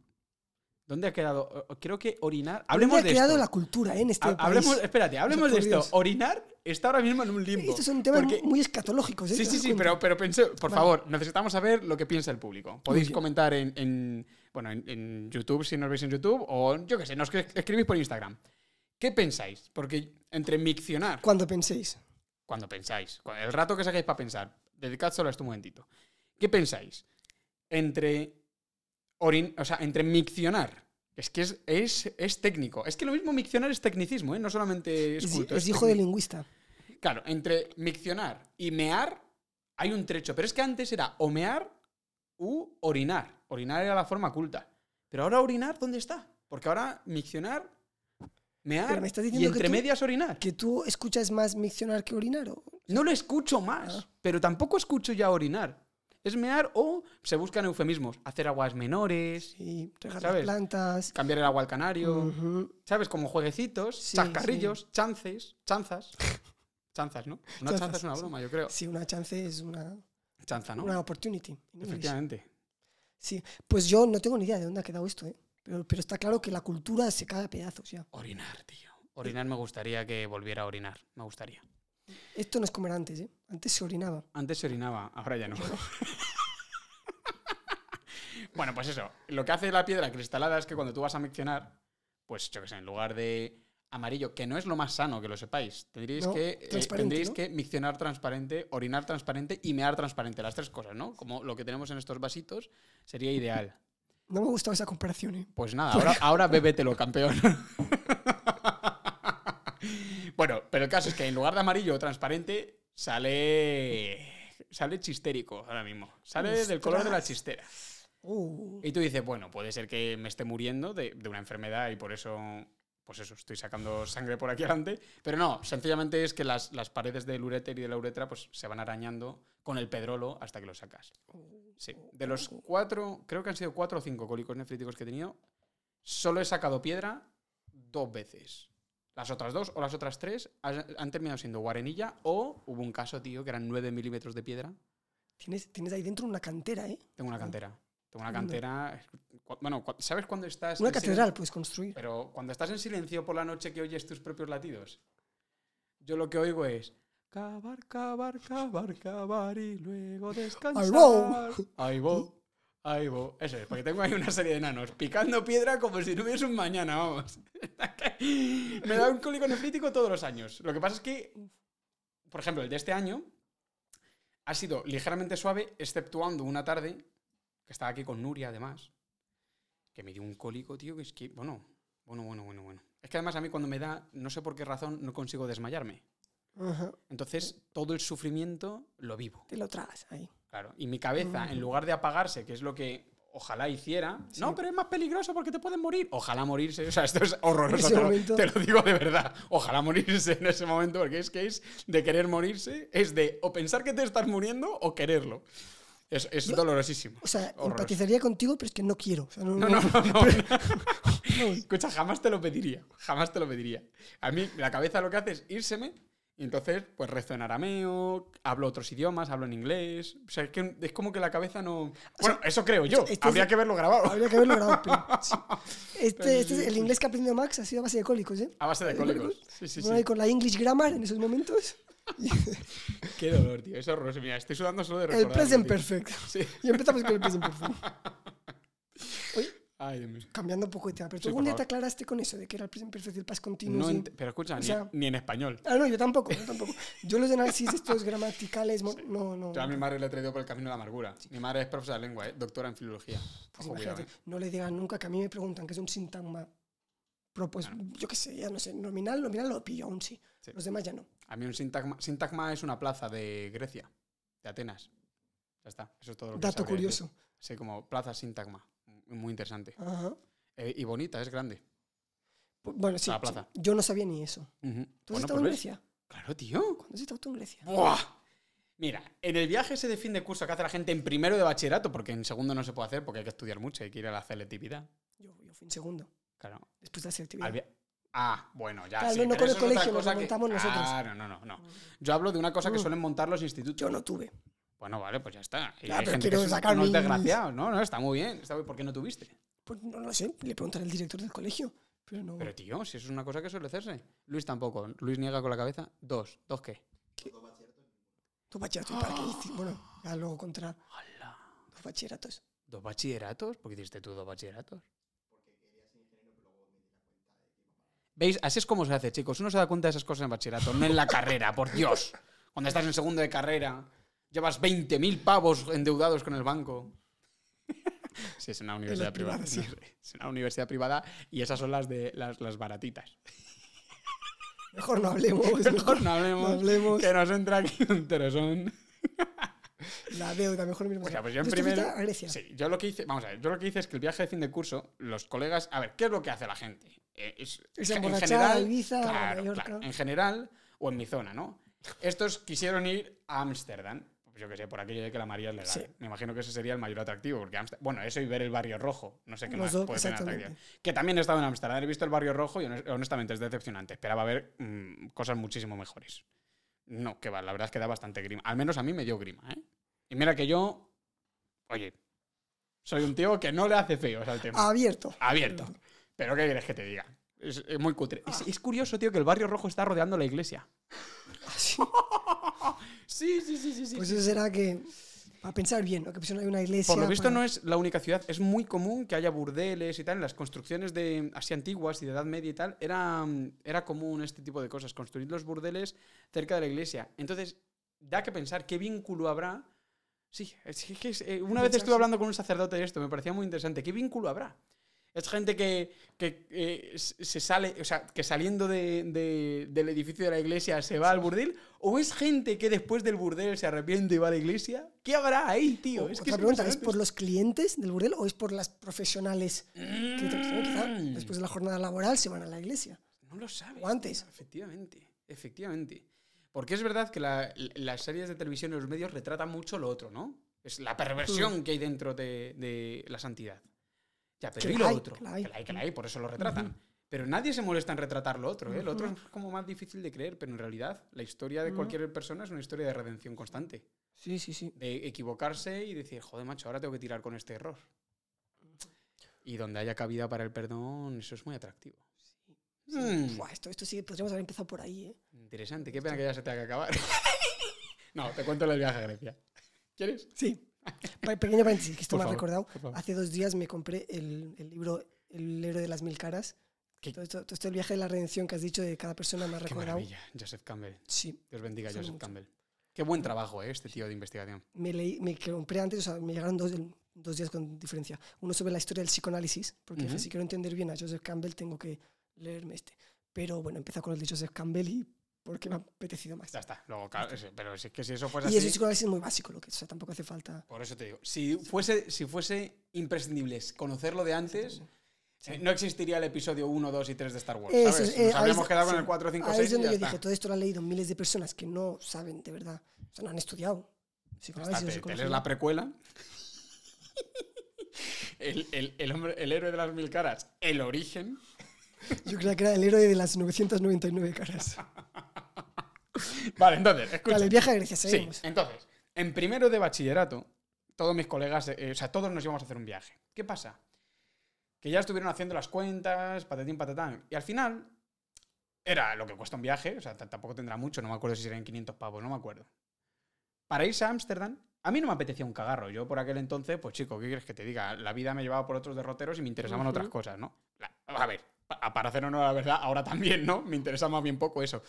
B: ¿Dónde ha quedado? O- o- Creo que orinar... Hablemos
A: ha
B: de
A: creado
B: esto.
A: la cultura ¿eh? en este
B: Ha- hablemos,
A: país.
B: espérate, hablemos de
A: por
B: esto.
A: Dios.
B: Orinar está ahora mismo en un limbo.
A: Estos son temas
B: porque-
A: muy escatológicos. ¿eh?
B: Sí,
A: ¿Te
B: sí,
A: das
B: sí,
A: cuenta?
B: pero, pero pensé, por
A: Vale.
B: favor, necesitamos saber lo que piensa el público. Podéis
A: bien.
B: comentar en, en- bueno, en, en YouTube si nos veis en YouTube o yo qué sé, nos cre- escribís por Instagram. ¿Qué pensáis? Porque entre miccionar,
A: Cuando penséis.
B: cuando pensáis, cu- el rato que saquéis para pensar, dedicad solo a esto un momentito. ¿Qué pensáis? Entre, orin- o sea, entre miccionar, es que es, es, es técnico. Es que lo mismo miccionar es tecnicismo, ¿eh? no solamente es
A: Es,
B: culto.
A: es
B: es
A: hijo de
B: técnico.
A: lingüista.
B: Claro, entre miccionar y mear hay un trecho, pero es que antes era o mear u orinar. Orinar era la forma culta. Pero ahora orinar, ¿dónde está? Porque ahora miccionar, mear
A: Pero me estás
B: y
A: diciendo que
B: entre
A: tú-
B: medias orinar.
A: ¿Que tú escuchas más miccionar que orinar? ¿o?
B: No lo escucho más,
A: Ah.
B: pero tampoco escucho ya orinar. Es mear o se buscan eufemismos. Hacer aguas menores,
A: Sí, regar
B: ¿Sabes?
A: las plantas.
B: cambiar el agua al canario,
A: Ujú.
B: ¿sabes? Como jueguecitos,
A: Sí,
B: chascarrillos, chances,
A: <laughs>
B: chanzas. Chanzas, ¿no? Una chanza
A: Chanzas,
B: es una
A: sí.
B: broma, yo creo.
A: Sí, una chance es una,
B: Chanza, ¿no?
A: una opportunity. en inglés.
B: Efectivamente.
A: Sí, pues yo no tengo ni idea de dónde ha quedado esto, ¿eh? Pero, pero está claro que la cultura se cae a pedazos ya.
B: Orinar, tío. Orinar me gustaría que volviera a orinar. Me gustaría.
A: Esto no es como era antes, ¿eh? Antes se orinaba.
B: Antes se orinaba, ahora ya no. <laughs> bueno, pues eso. Lo que hace la piedra cristalada es que cuando tú vas a miccionar, pues yo qué sé, en lugar de amarillo, que no es lo más sano, que lo sepáis. Tendríais,
A: No,
B: que, eh,
A: transparente,
B: tendríais
A: ¿no?
B: que miccionar transparente, orinar transparente y mear transparente. Las tres cosas, ¿no? Como lo que tenemos en estos vasitos sería ideal.
A: No me ha gustado esa comparación, ¿eh?
B: Pues nada, ahora, ahora bébetelo, campeón. <laughs> bueno, pero el caso es que en lugar de amarillo o transparente, sale. Sale chistérico ahora mismo. Sale del color de la
A: Ostras.
B: chistera.
A: Uh,
B: Y tú dices, bueno, puede ser que me esté muriendo de, de una enfermedad y por eso. Pues eso, estoy sacando sangre por aquí adelante. Pero no, sencillamente es que las, las paredes del uréter y de la uretra pues, se van arañando con el pedrolo hasta que lo sacas. Sí. De los cuatro, creo que han sido cuatro o cinco cólicos nefríticos que he tenido, solo he sacado piedra dos veces. Las otras dos o las otras tres has- han terminado siendo guarenilla o hubo un caso, tío, que eran 9 milímetros de piedra.
A: tienes, tienes ahí dentro una cantera, ¿eh?
B: Tengo una cantera. Tengo una cantera. cu- Bueno, cu- ¿sabes cuando estás.
A: Una
B: en silencio?
A: catedral puedes construir.
B: Pero cuando estás en silencio por la noche que oyes tus propios latidos. Yo lo que oigo es. Cavar, cavar, cavar, cavar y luego descansar.
A: Ahí voy.
B: Ahí voy. Ahí voy. Eso es, porque tengo ahí una serie de enanos picando piedra como si no hubiese un mañana, vamos. <laughs> Me da un cólico nefrítico todos los años. Lo que pasa es que, por ejemplo, el de este año ha sido ligeramente suave, exceptuando una tarde que estaba aquí con Nuria, además, que me dio un cólico, tío, que es que, bueno, bueno, bueno, bueno, bueno. Es que además a mí cuando me da, no sé por qué razón, no consigo desmayarme.
A: Ajá.
B: Entonces, todo el sufrimiento lo vivo.
A: Te lo tragas ahí.
B: Claro. Y mi cabeza, en lugar de apagarse, que es lo que ojalá hiciera, no, pero es más peligroso porque te pueden morir. Ojalá morirse. O sea, esto es horroroso.
A: Ese
B: Te lo,
A: momento.
B: te lo digo de verdad. Ojalá morirse en ese momento, porque es que es de querer morirse, es de o pensar que te estás muriendo o quererlo. Es, es dolorosísimo.
A: O sea,
B: Horroroso.
A: empatizaría contigo, pero es que no quiero. O sea, no,
B: No,
A: no.
B: no, no, no.
A: no.
B: Escucha, jamás te lo pediría. Jamás te lo pediría. A mí, la cabeza lo que hace es írseme. Y entonces, pues rezo en arameo, hablo otros idiomas, hablo en inglés. O sea, es, que es como que la cabeza no. Bueno, eso creo yo.
A: este es
B: Habría
A: el-
B: que verlo
A: <laughs>
B: grabado.
A: Habría que haberlo grabado. pero
B: <laughs>
A: sí. Este, este es el inglés que ha aprendido Max ha sido a base de cólicos, ¿eh?
B: A base de cólicos. Sí, sí,
A: Bueno, ahí
B: sí.
A: con la English Grammar en esos momentos.
B: Qué dolor, tío. Es horroroso. Mira, estoy sudando solo de
A: El
B: recordarlo.
A: present
B: tío.
A: perfect.
B: Sí.
A: Y empezamos con el present perfect.
B: Ay, Dios mío.
A: Cambiando un poco de tema, pero
B: Sí,
A: tú
B: por
A: algún día
B: favor.
A: te aclaraste con eso de que era el present perfect y el past continuous.
B: No
A: y-
B: ent- pero escucha, ni,
A: sea-
B: ni en español.
A: Ah, no, yo tampoco, yo tampoco. Yo los análisis estos gramaticales, mo- no, no.
B: Yo a mi madre le he traído por el camino de la amargura. Mi madre es profesora de lengua, ¿eh? doctora en filología.
A: Pues
B: Ojo, cuidado,
A: imagínate,
B: ¿eh?
A: no le digas nunca que a mí me preguntan que es un sintagma. Propos, yo qué sé, ya no sé, nominal, nominal lo pillo aún sí.
B: Sí.
A: Los demás ya no.
B: A mí un sintagma, sintagma es una plaza de Grecia, de Atenas. Ya está, eso es todo lo que
A: Dato
B: sabría decir.
A: curioso.
B: Sí, como plaza sintagma. Muy interesante.
A: Ajá.
B: Eh, y bonita, es grande.
A: Pu- Bueno, sí,
B: La
A: sí,
B: plaza.
A: Yo no sabía ni eso.
B: Ujú.
A: ¿Tú has
B: Bueno,
A: estado
B: pues
A: en
B: ves.
A: Grecia?
B: Claro, tío.
A: ¿Cuándo has estado tú en Grecia?
B: ¡Buah! Mira, en el viaje ese de fin de curso que hace la gente en primero de bachillerato, porque en segundo no se puede hacer porque hay que estudiar mucho, hay que ir a la selectividad.
A: Yo, yo fui en segundo,
B: Claro.
A: después de la selectividad.
B: al via- Ah, bueno, ya.
A: Claro,
B: sí,
A: no
B: pero eso
A: con el
B: es otra
A: colegio, nos
B: cosa
A: lo montamos
B: que...
A: nosotros.
B: Ah, no, no, no, no. Yo hablo de una cosa que
A: Mm.
B: suelen montar los institutos.
A: Yo no tuve.
B: Bueno, vale, pues ya está. Y
A: Ya,
B: hay
A: pero
B: gente que
A: quiero
B: es
A: sacar
B: unos
A: mis- <laughs>
B: desgraciados, ¿no? No, está muy bien. Está muy... ¿Por qué no tuviste?
A: Pues no lo sé, le preguntaré al director del colegio. Pero no.
B: Pero tío, si eso es una cosa que suele hacerse. Luis tampoco. Luis niega con la cabeza. Dos. ¿Dos qué?
A: Dos bachilleratos, ¿para qué hice? Bueno, ya luego contra dos bachilleratos.
B: ¿Dos bachilleratos? ¿Por qué hiciste tú dos bachilleratos? ¿Veis? Así es como se hace, chicos. Uno se da cuenta de esas cosas en bachillerato, no en la carrera, por Dios. Cuando estás en segundo de carrera, llevas 20.000 pavos endeudados con el banco. Sí, es una universidad privada.
A: privada, sí.
B: no sé. Es una universidad privada y esas son las de las, las baratitas.
A: Mejor <laughs> no hablemos.
B: <laughs> Mejor no hablemos,
A: no hablemos.
B: que nos entra aquí un teresón.
A: La deuda, mejor no miremos.
B: O sea, pues yo en
A: Entonces, ¿tú fuiste
B: primero.
A: a Grecia.
B: Sí, yo lo que hice, vamos a ver, yo lo que hice es que el viaje de fin de curso, los colegas, a ver, ¿qué es lo que hace la gente? Eh, es-
A: Es
B: ge-
A: emborrachar a Ibiza, a Mallorca.
B: en general, o en mi zona, ¿no? Estos quisieron ir a Ámsterdam. Pues Yo qué sé, por aquello de que la María es legal.
A: Sí.
B: Me imagino que ese sería el mayor atractivo. Porque Ámsterdam- bueno, eso y ver el barrio rojo. No sé qué
A: Los
B: más
A: dos,
B: puede tener
A: exactamente.
B: atractivo. Que también he estado en Ámsterdam. He visto el barrio rojo y honest- honestamente es decepcionante. Esperaba ver mm, cosas muchísimo mejores. No, que va, la verdad es que da bastante grima. Al menos a mí me dio grima, ¿eh? Y mira que yo, oye, soy un tío que no le hace feos al tema. <laughs>
A: Ah, Abierto.
B: Abierto. Pero ¿qué quieres que te diga? Es, es muy cutre. Es, es curioso, tío, que el barrio rojo está rodeando la iglesia. Ah,
A: Así.
B: Sí, sí, sí, sí. sí.
A: Pues eso será que. A pensar bien, ¿no? Que pues no hay una iglesia.
B: Por lo visto
A: para-
B: no es la única ciudad, es muy común que haya burdeles y tal, en las construcciones de así antiguas y de Edad Media y tal, era, mm, era común este tipo de cosas, construir los burdeles cerca de la iglesia. Entonces, da que pensar qué vínculo habrá. Sí, es que- que es- eh, una vez
A: Pensar,
B: estuve
A: sí.
B: hablando con un sacerdote de esto, me parecía muy interesante. ¿Qué vínculo habrá? Es gente que, que, eh, se se sale, o sea, que saliendo de- de- del edificio de la iglesia se va al burdel, o es gente que después del burdel se arrepiente y va a la iglesia. ¿Qué habrá ahí, tío?
A: O-
B: es que
A: otra pregunta, ¿es
B: impresionante.
A: por los clientes del burdel o es por las profesionales que quizá
B: Mm.
A: después de la jornada laboral se van a la iglesia?
B: No lo sabes.
A: O antes.
B: Efectivamente, efectivamente. Porque es verdad que la- las series de televisión y los medios retratan mucho lo otro, ¿no? Es la
A: Mm.
B: perversión que hay dentro de, de la santidad. Ya, pero
A: Que
B: y
A: la
B: lo
A: hay,
B: otro.
A: que la hay.
B: Que la hay, que la hay, por eso lo retratan. Pero nadie se molesta en retratar lo otro, ¿eh? Lo otro es como más difícil de creer, pero en realidad la historia de cualquier persona es una historia de redención constante.
A: Sí, sí, sí.
B: De equivocarse y decir, joder, macho, ahora tengo que tirar con este error. Y donde haya cabida para el perdón, eso es muy atractivo. Mm.
A: Buah, esto, esto sí que podríamos haber empezado por ahí, ¿eh?
B: Interesante, qué pena que ya se tenga que acabar. <laughs> no, te cuento el viaje a Grecia. ¿Quieres?
A: Sí. Pa- Pequeño paréntesis, que esto
B: Por
A: me ha
B: favor,
A: recordado.
B: por favor.
A: Hace dos días me compré el, el libro El héroe de las mil caras.
B: ¿Qué?
A: Todo esto, todo esto del viaje de la redención que has dicho de cada persona me ha
B: Qué
A: recordado.
B: maravilla, Joseph Campbell.
A: Sí,
B: Dios bendiga a
A: Solo
B: Joseph
A: mucho.
B: Campbell. Qué buen trabajo, ¿eh? Este tío de investigación.
A: me, leí, me compré antes, o sea, me llegaron dos, dos días con diferencia. Uno sobre la historia del psicoanálisis, porque dije,
B: Ujú.
A: si quiero entender bien a Joseph Campbell, tengo que leerme este. Pero bueno, empezó con el de Joseph Campbell y porque me ha apetecido más.
B: Ya está. Luego, claro, es- pero es que si eso fuese
A: Y es un
B: así.
A: psicoanálisis muy básico, lo que o sea, tampoco hace falta.
B: Por eso te digo. Si fuese, si fuese imprescindible conocerlo de antes, eh, no existiría el episodio 1, 2 y 3 de Star Wars.
A: Eso
B: ¿sabes?
A: es, eh,
B: Nos
A: ahí
B: habríamos
A: es-
B: quedado con
A: sí.
B: el 4, 5,
A: Ahí
B: 6
A: es
B: y
A: donde
B: ya
A: yo
B: está.
A: dije, todo esto lo han leído miles de personas que no saben de verdad. O sea, no han estudiado.
B: Ya está,
A: psicoanálisis o
B: te- te,
A: psicología.
B: lees la precuela. El, el- el hombre, el héroe de las mil caras, el origen.
A: Yo creía que era el héroe de las 999
B: <laughs>
A: caras.
B: Vale, entonces, escucha.
A: Vale, el viaje a Grecia,
B: Sí,
A: seguimos.
B: entonces, en primero de bachillerato, todos mis colegas, eh, o sea, todos nos íbamos a hacer un viaje. ¿Qué pasa? Que ya estuvieron haciendo las cuentas, patatín, patatán. Y al final, era lo que cuesta un viaje, o sea, t- tampoco tendrá mucho, no me acuerdo si serían 500 pavos, no me acuerdo. Para irse a Ámsterdam, a mí no me apetecía un cagarro. Yo por aquel entonces, pues chico, ¿qué quieres que te diga? La vida me llevaba por otros derroteros y me interesaban
A: Ujú.
B: otras cosas, ¿no? La- a ver, pa- para hacer honor a la verdad, ahora también, ¿no? Me interesa más bien poco eso.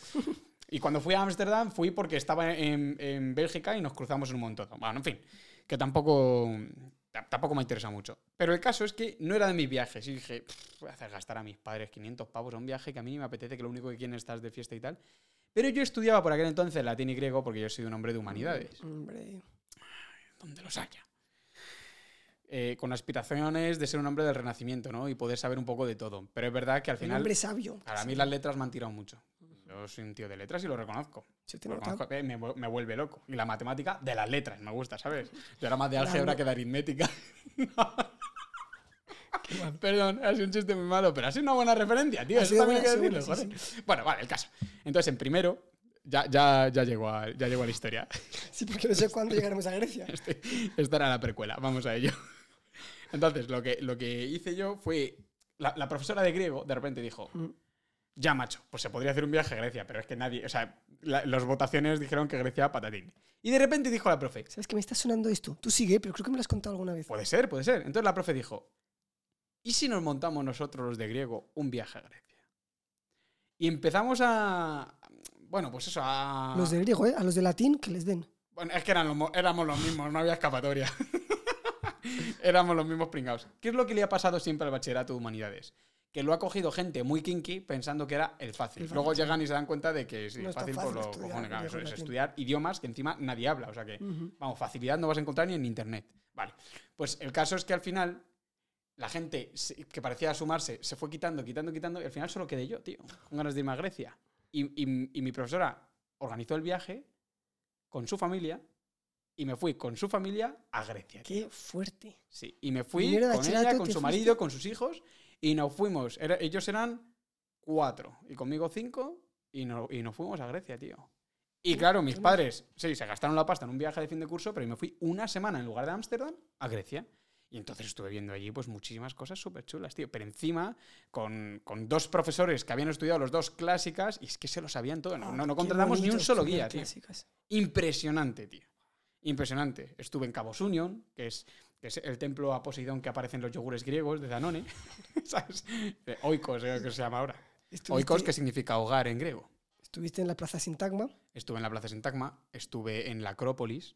B: Y cuando fui a Ámsterdam, fui porque estaba en, en Bélgica y nos cruzamos en un montón. Bueno, en fin, que tampoco, ta- tampoco me interesa mucho. Pero el caso es que no era de mis viajes. Y dije, "Pff, voy a hacer gastar a mis padres 500 pavos a un viaje que a mí ni me apetece, que lo único que quieren es estar de fiesta y tal. Pero yo estudiaba por aquel entonces latín y griego porque yo soy un hombre de humanidades
A: Hombre,
B: donde los haya. Eh, con aspiraciones de ser un hombre del renacimiento, ¿no? Y poder saber un poco de todo. Pero es verdad que al
A: un
B: final, Ah,
A: hombre sabio.
B: para mí las letras me han tirado mucho. Yo soy un tío de letras y lo reconozco.
A: Se te
B: Lo
A: nota.
B: reconozco, eh, me, vu- me vuelve loco. Y la matemática de las letras, me gusta, ¿sabes? Yo era más de
A: Claro.
B: álgebra que de
A: <laughs>
B: aritmética. No. Perdón, ha sido un chiste muy malo, pero ha sido una buena referencia, tío.
A: Ha
B: Eso
A: sido
B: también hay que
A: buena,
B: decirlo,
A: ha sido buena,
B: joder. Bueno, vale, el caso. Entonces, en primero, ya, ya, ya, llegó, a, ya llegó a la historia.
A: Sí, porque no sé cuándo llegaremos a Grecia.
B: Este- esta era la precuela, vamos a ello. <laughs> Entonces, lo que, lo que hice yo fue. La, la profesora de griego de repente dijo:
A: Mm.
B: Ya, macho, pues se podría hacer un viaje a Grecia, pero es que nadie. O sea, la- las votaciones dijeron que Grecia patatín. Y de repente dijo la profe:
A: <laughs> ¿Sabes que me está sonando esto? Tú sigue, pero creo que me lo has contado alguna vez.
B: Puede ser, puede ser. Entonces la profe dijo, ¿y si nos montamos nosotros los de griego un viaje a Grecia? Y empezamos a... Bueno, pues eso, a...
A: Los de griego, ¿eh? A los de latín, que les den.
B: Bueno, es que eran los mo- éramos los mismos, no había escapatoria. <laughs> éramos los mismos pringados. ¿Qué es lo que le ha pasado siempre al bachillerato de humanidades? Que lo ha cogido gente muy kinky pensando que era el fácil.
A: El fácil.
B: Luego llegan y se dan cuenta de que es
A: No es tan
B: fácil,
A: fácil
B: por los
A: estudiar
B: cojones. claro, eso
A: griego y
B: es
A: latín.
B: estudiar idiomas que encima nadie habla. O sea que
A: Ujú.
B: Vamos, facilidad no vas a encontrar ni en internet. Vale. Pues el caso es que al final la gente se- que parecía sumarse se fue quitando, quitando, quitando y al final solo quedé yo, tío, con ganas de irme a Grecia. Y, y- y mi profesora organizó el viaje con su familia y me fui con su familia a Grecia. tío.
A: Qué fuerte.
B: Sí, y me fui
A: Primero de
B: con ella,
A: bachillerato
B: con
A: te
B: su marido, con sus hijos y nos fuimos. Era- ellos eran cuatro y conmigo cinco y, no- y nos fuimos a Grecia, tío. Y
A: Tú,
B: claro, mis
A: tú no.
B: padres, sí, se gastaron la pasta en un viaje de fin de curso, pero yo me fui una semana en lugar de Ámsterdam a Grecia. Y entonces estuve viendo allí pues muchísimas cosas súper chulas, tío. Pero encima, con, con dos profesores que habían estudiado los dos clásicas, y es que se lo sabían todo. No,
A: Ah,
B: no, no
A: qué
B: contratamos ni un
A: bonito
B: solo
A: estudiar
B: guía, tío.
A: clásicas.
B: Impresionante, tío. Impresionante. Estuve en Cabos Union, que es, que es el templo a Poseidón que aparece en los yogures griegos de Danone. <laughs> ¿Sabes? De Oikos, creo que se llama ahora. Oikos,
A: Estuviste,
B: que significa hogar en griego.
A: estuviste en la plaza Sintagma.
B: Estuve en la Plaza Sintagma, estuve en la Acrópolis.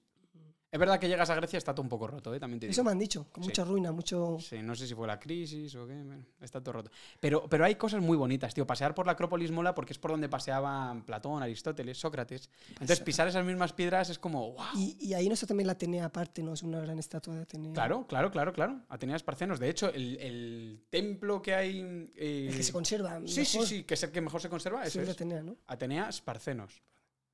B: Es verdad que llegas a Grecia, está todo un poco roto, ¿eh? también te digo.
A: Eso me han dicho, con
B: Sí.
A: mucha ruina, mucho...
B: Sí, no sé si fue la crisis o qué, bueno, está todo roto. Pero, pero hay cosas muy bonitas, tío. Pasear por la Acrópolis mola porque es por donde paseaban Platón, Aristóteles, Sócrates.
A: Pues
B: Entonces
A: Pasea.
B: pisar esas mismas piedras es como, wow.
A: Y, y ahí no está también la Atenea aparte, ¿no? Es una gran estatua de Atenea.
B: Claro, claro, claro, claro. Atenea Esparcenos. De hecho, el, el templo que hay. eh,
A: El que se conserva
B: Sí, sí,
A: mejor.
B: sí, que es el que mejor se conserva.
A: Sí,
B: Eso
A: es de
B: es.
A: Atenea, ¿no?
B: Atenea Esparcenos.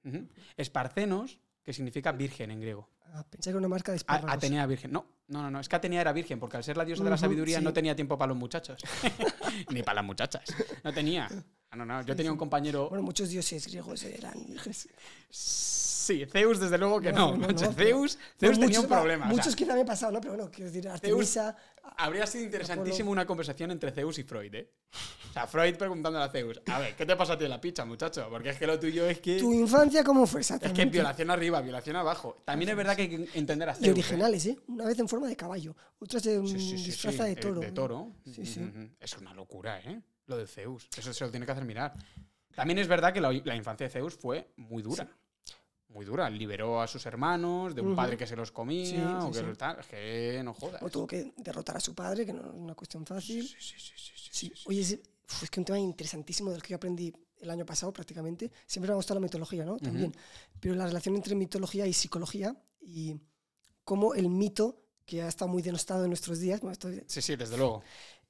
B: Ujú. Esparcenos, que significa virgen en griego.
A: Ah, pensé que era una marca
B: A-
A: de espárragos.
B: Atenea virgen. No, no, no, no. Es que Atenea era virgen, porque al ser la diosa de la
A: Ujú,
B: sabiduría
A: sí.
B: no tenía tiempo para los muchachos. <laughs> Ni para las muchachas. No tenía. Ah, No, no. Yo tenía un compañero.
A: Bueno, muchos dioses griegos eran virgen.
B: Sí, Sí, Zeus, desde luego que no.
A: No, no,
B: macho.
A: no,
B: Zeus,
A: Pues
B: Zeus tenía
A: muchos
B: un
A: va-
B: problema. o sea,
A: Muchos quizá me han pasado, ¿no? Pero bueno, quiero decir, Artemisa.
B: Habría sido interesantísimo una conversación entre Zeus y Freud, ¿eh? O sea, Freud preguntándole a Zeus, a ver, ¿qué te pasa a ti en la picha, muchacho? Porque es que lo tuyo es que...
A: ¿Tu infancia cómo fue
B: Es
A: exactamente?
B: que violación arriba, violación abajo. También es verdad que hay que entender a Zeus.
A: Y
B: ¿eh?
A: originales, ¿eh? Una vez en forma de caballo, otra se mm,
B: Sí, sí, sí,
A: disfraza
B: sí, eh,
A: de toro.
B: De toro.
A: Sí, sí.
B: Ujú, ujú. Es una locura, ¿eh? Lo de Zeus. Eso se lo tiene que hacer mirar. También es verdad que la, la infancia de Zeus fue muy dura. Muy dura. Liberó a sus hermanos de un
A: Ujú.
B: padre que se los comía
A: Sí, sí,
B: o que
A: sí.
B: lo tal. Es que no jodas.
A: O tuvo que derrotar a su padre, que no es una cuestión fácil.
B: Sí, sí, sí, sí, sí,
A: Sí,
B: sí, sí.
A: oye, ese- uf, es que un tema interesantísimo del que yo aprendí el año pasado prácticamente. Siempre me ha gustado la mitología, ¿no? También. Pero la relación entre mitología y psicología y cómo el mito, que ha estado muy denostado en nuestros días, bueno, esto-
B: Sí, sí, desde luego.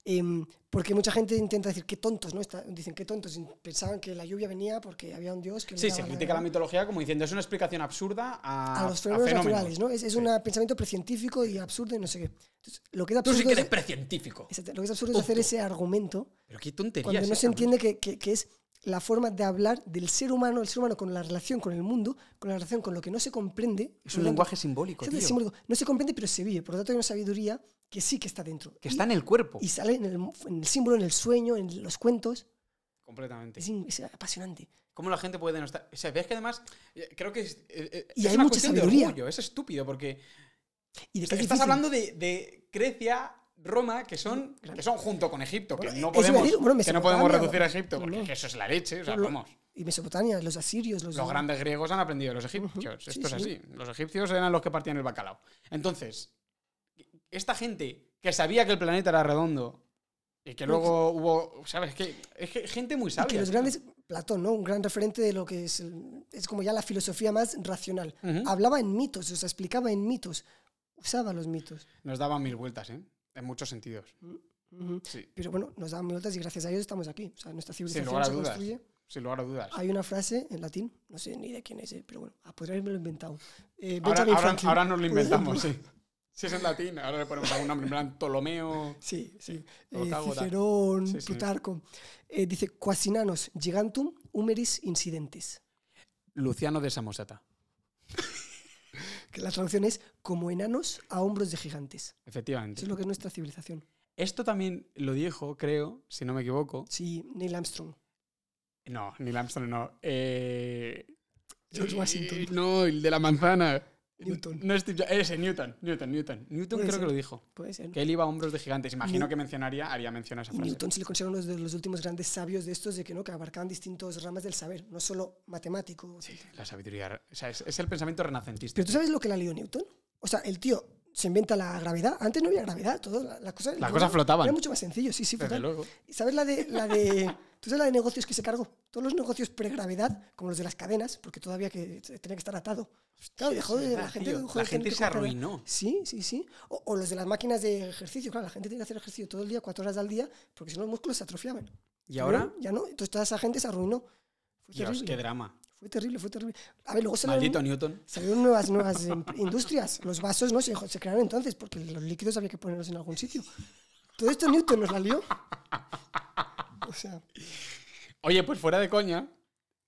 A: em, porque mucha gente intenta decir qué tontos, ¿no? Está- dicen qué tontos. y Pensaban que la lluvia venía porque había un dios que... le
B: Sí,
A: daba
B: se
A: la
B: critica la
A: gana
B: mitología como diciendo es una explicación absurda a,
A: a los fenómenos, naturales, ¿no? Es, es
B: Sí.
A: un pensamiento precientífico y absurdo y no sé qué. Entonces, lo que es
B: Tú
A: absurdo,
B: sí que eres
A: es,
B: precientífico.
A: exacto, lo que es absurdo es hacer ese argumento
B: Pero qué eh, tontería.
A: cuando
B: es
A: no
B: esa,
A: se entiende que, que- que es la forma de hablar del ser humano, el ser humano con la relación con el mundo, con la relación con lo que no se comprende.
B: Es
A: por
B: un
A: lo tanto,
B: lenguaje simbólico,
A: es
B: tío.
A: simbólico. No se comprende, pero se vive. Por lo tanto, hay una sabiduría que sí que está dentro.
B: Que
A: Y-
B: está en el cuerpo.
A: Y sale en el, en el símbolo, en el sueño, en los cuentos.
B: Completamente.
A: Es, in- es apasionante.
B: ¿Cómo la gente puede denostar? O sea, ves que además, eh, creo que es, eh, eh,
A: Y
B: es
A: hay
B: una
A: mucha
B: cuestión de
A: sabiduría.
B: orgullo, es estúpido, porque
A: Y de
B: estás
A: que es difícil.
B: hablando de, de Grecia, Roma, que son, que son junto con Egipto, que
A: Bueno,
B: no
A: eso iba a
B: podemos,
A: decir, bueno,
B: que no podemos
A: Mesopotamia,
B: reducir a Egipto,
A: no,
B: porque
A: no.
B: es que eso es la leche, o sea,
A: Lo-
B: vamos.
A: Y Mesopotamia, los asirios, los,
B: Los grandes griegos han aprendido de los egipcios.
A: sí,
B: Esto es
A: sí.
B: así. Los egipcios eran los que partían el bacalao. Entonces, esta gente que sabía que el planeta era redondo y que
A: Pero
B: luego hubo. ¿Sabes qué? Es que gente muy
A: y
B: sabia.
A: que los
B: tío.
A: grandes, Platón, ¿no? Un gran referente de lo que es, el- es como ya la filosofía más racional.
B: Ujú.
A: Hablaba en mitos, o sea, explicaba en mitos, usaba los mitos.
B: Nos daban mil vueltas, ¿eh? En muchos sentidos.
A: Ujú.
B: Sí.
A: Pero bueno, nos dan vueltas y gracias a ellos estamos aquí. O sea, nuestra
B: Sin
A: civilización
B: lugar a
A: se
B: dudas.
A: construye.
B: Sin lugar a dudas.
A: Hay una frase en latín, no sé ni de quién es, eh, pero bueno, ah, podría haberme lo inventado. Eh,
B: ahora,
A: Benjamin
B: ahora-
A: Franklin.
B: ahora
A: <laughs>
B: nos lo
A: Por ejemplo.
B: inventamos, sí. Si es en latín, ahora le ponemos algún nombre en plan Ptolomeo.
A: Sí, sí.
B: Lo
A: Eh,
B: cago, tal.
A: Cicerón,
B: Sí, sí.
A: Plutarco. Eh, dice, Quasinanos, gigantum, humeris incidentes.
B: Luciano de Samosata.
A: Que la traducción es como enanos a hombros de gigantes.
B: Efectivamente.
A: Eso es lo que es nuestra civilización.
B: Esto también lo dijo, creo, si no me equivoco.
A: Sí, Neil Armstrong.
B: No, Neil Armstrong no. Eh,
A: George
B: eh,
A: Washington.
B: No, el de la manzana.
A: Newton.
B: No, Steve Jobs. Ese, Newton. Newton, Newton. Newton
A: Puede
B: creo
A: ser.
B: que lo dijo.
A: Puede ser. ¿no?
B: Que él iba a hombros de gigantes. Imagino
A: Ni-
B: que mencionaría, haría mención a esa
A: Y
B: frase.
A: Newton se le considera uno de los últimos grandes sabios de estos, de que no, que abarcaban distintos ramas del saber, no solo matemático.
B: Sí, la sabiduría. O sea, es, es el pensamiento renacentista.
A: Pero tú sabes lo que la lió Newton? O sea, el tío se inventa la gravedad. Antes no había gravedad, todo. La, la cosa,
B: Las
A: todo
B: cosas flotaban.
A: Era mucho más sencillo, sí, sí,
B: Desde
A: flotaban.
B: luego.
A: ¿Y ¿Sabes la de, la de. ¿Tú sabes la de negocios que se cargó? Todos los negocios pregravedad, como los de las cadenas, porque todavía que tenía que estar atado. Claro, dejó de, la
B: verdad,
A: gente,
B: tío.
A: dejó
B: La
A: de tener
B: gente
A: que
B: se
A: comprar-
B: arruinó.
A: Sí, sí, sí. O, o los de las máquinas de ejercicio. Claro, la gente tiene que hacer ejercicio todo el día, cuatro horas al día, porque si no los músculos se atrofiaban.
B: Y ahora,
A: ¿No? Ya no. Entonces toda esa gente se arruinó. Fue
B: Dios,
A: terrible.
B: qué drama.
A: Fue terrible, fue terrible. A ver, luego se
B: Maldito Newton.
A: Salieron nuevas, nuevas em- industrias. Los vasos no se, se crearon entonces, porque los líquidos había que ponerlos en algún sitio. Todo esto Newton nos la lió. O sea,
B: Oye, pues fuera de coña,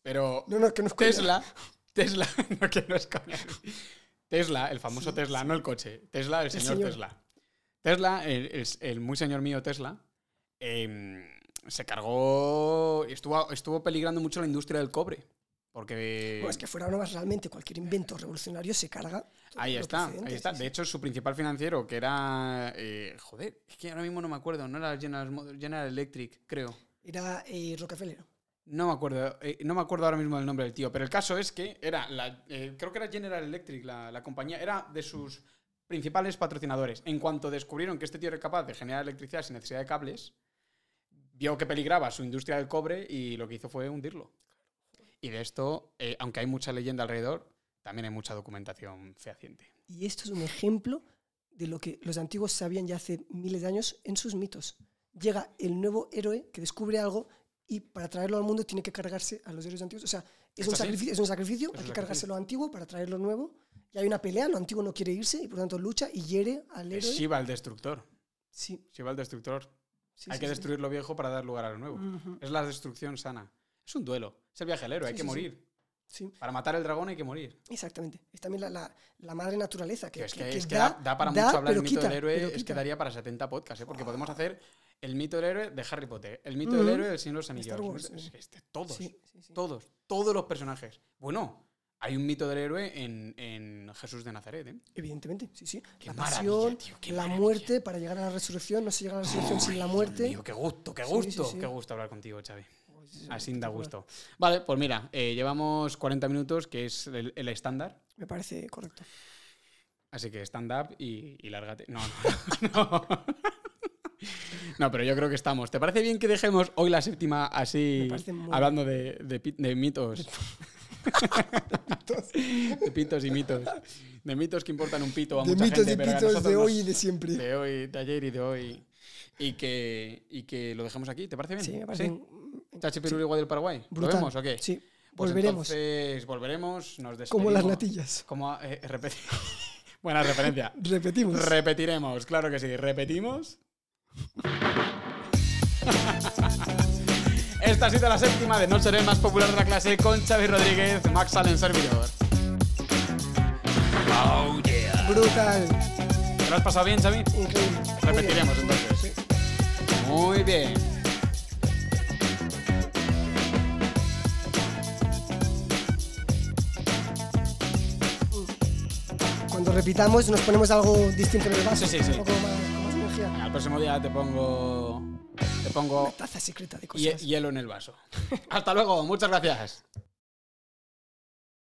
B: pero
A: no, no, que nos
B: Tesla, Tesla, <laughs> no que no es coña. Tesla, el famoso Tesla, no el coche, Tesla, el señor,
A: señor.
B: Tesla. Tesla, el, el- el muy señor mío Tesla, em, se cargó, estuvo, estuvo peligrando mucho la industria del cobre. Porque
A: Bueno, es que fuera nomás realmente cualquier invento revolucionario se carga. todo
B: Ahí
A: lo
B: está,
A: precedente,
B: ahí está.
A: sí,
B: De
A: sí.
B: hecho, su principal financiero, que era. eh, joder, es que ahora mismo no me acuerdo, no era General, Mo- General Electric, creo.
A: Era eh, Rockefeller.
B: No me acuerdo, eh, no me acuerdo ahora mismo del nombre del tío, pero el caso es que era la, eh, creo que era General Electric la, la compañía, era de sus principales patrocinadores. En cuanto descubrieron que este tío era capaz de generar electricidad sin necesidad de cables, vio que peligraba su industria del cobre y lo que hizo fue hundirlo. Y de esto, eh, aunque hay mucha leyenda alrededor, también hay mucha documentación fehaciente.
A: Y esto es un ejemplo de lo que los antiguos sabían ya hace miles de años en sus mitos. Llega el nuevo héroe que descubre algo y para traerlo al mundo tiene que cargarse a los héroes antiguos. O sea, es,
B: ¿Es
A: un
B: así?
A: sacrificio, es un
B: un
A: sacrificio, hay que
B: sacrificio.
A: cargarse lo antiguo para traer lo nuevo. Y hay una pelea, lo antiguo no quiere irse y por tanto lucha y hiere al héroe.
B: Es Shiva el destructor.
A: Sí,
B: Shiva el destructor.
A: sí,
B: hay
A: sí,
B: que
A: sí. Mm.
B: destruir lo viejo para dar lugar a lo nuevo.
A: Ujú.
B: Es la destrucción sana. Es un duelo. Es el viaje al héroe.
A: Sí,
B: hay que
A: sí, sí.
B: morir.
A: Sí,
B: Para matar el dragón hay que morir.
A: exactamente. Es también la, la- la madre naturaleza que,
B: Tío, es
A: que-
B: que,
A: que
B: es que da, da para mucho hablar
A: pero
B: el mito
A: quita,
B: del héroe.
A: pero
B: Es que
A: quita. Ah.
B: daría para 70 podcasts, ¿eh? porque podemos hacer el mito del héroe de Harry Potter, el mito del
A: Ujú.
B: héroe del Señor de los Anillos.
A: Star Wars,
B: Es
A: sí.
B: que este- todos,
A: Sí, sí, sí.
B: todos, todos los personajes. Bueno, hay un mito del héroe en, en Jesús de Nazaret. ¿eh?
A: Evidentemente, sí, sí.
B: Qué
A: La
B: maravilla,
A: pasión,
B: tío, qué
A: la
B: maravilla.
A: muerte para llegar a la resurrección. No se llega a la resurrección sin la muerte.
B: Dios mío, qué gusto, qué
A: Sí, sí,
B: gusto,
A: sí.
B: qué gusto hablar contigo, Xavi.
A: Pues, sí,
B: Así da
A: espectacular.
B: gusto. Vale, pues mira, eh, llevamos 40 minutos, que es el el estándar.
A: Me parece
B: <laughs>
A: correcto.
B: Así que stand up y, y lárgate. No, no, <laughs> no. No, pero yo creo que estamos. ¿Te parece bien que dejemos hoy la séptima así
A: Me parece muy
B: hablando de, de pi- de
A: <laughs>
B: mitos? De pitos y mitos. De mitos que importan un pito a
A: de
B: mucha
A: mitos
B: gente,
A: y
B: pero que a
A: pitos de
B: nosotros nos-
A: hoy y de siempre.
B: de hoy, de ayer y de hoy. Y que, y que lo dejemos aquí. ¿Te parece bien?
A: Sí, me parece un-
B: ¿Tachi Perú, Uruguay del Paraguay? ¿Lo
A: brutal.
B: vemos o qué?
A: Sí,
B: Pues
A: volveremos.
B: entonces volveremos, nos despedimos.
A: como las natillas.
B: Como, eh, repet- <laughs> Buena referencia.
A: Repetimos.
B: Repetiremos, claro que sí. Repetimos. Esta ha sido la séptima de No seré el más popular de la clase con Xavi Rodríguez, Max Allen Servidor. Oh yeah.
A: Brutal.
B: ¿Te lo has pasado bien, Xavi?
A: Increíble.
B: <laughs> Repetiremos,
A: Muy bien, muy bien,
B: entonces.
A: sí.
B: Muy bien.
A: Cuando repitamos nos ponemos algo distinto en el vaso.
B: Sí, sí, sí.
A: Un poco más, con más energía.
B: Venga, el próximo día te pongo. Te pongo
A: Taza secreta de
B: hie-
A: cosas.
B: hielo en el vaso. Hasta luego, muchas gracias.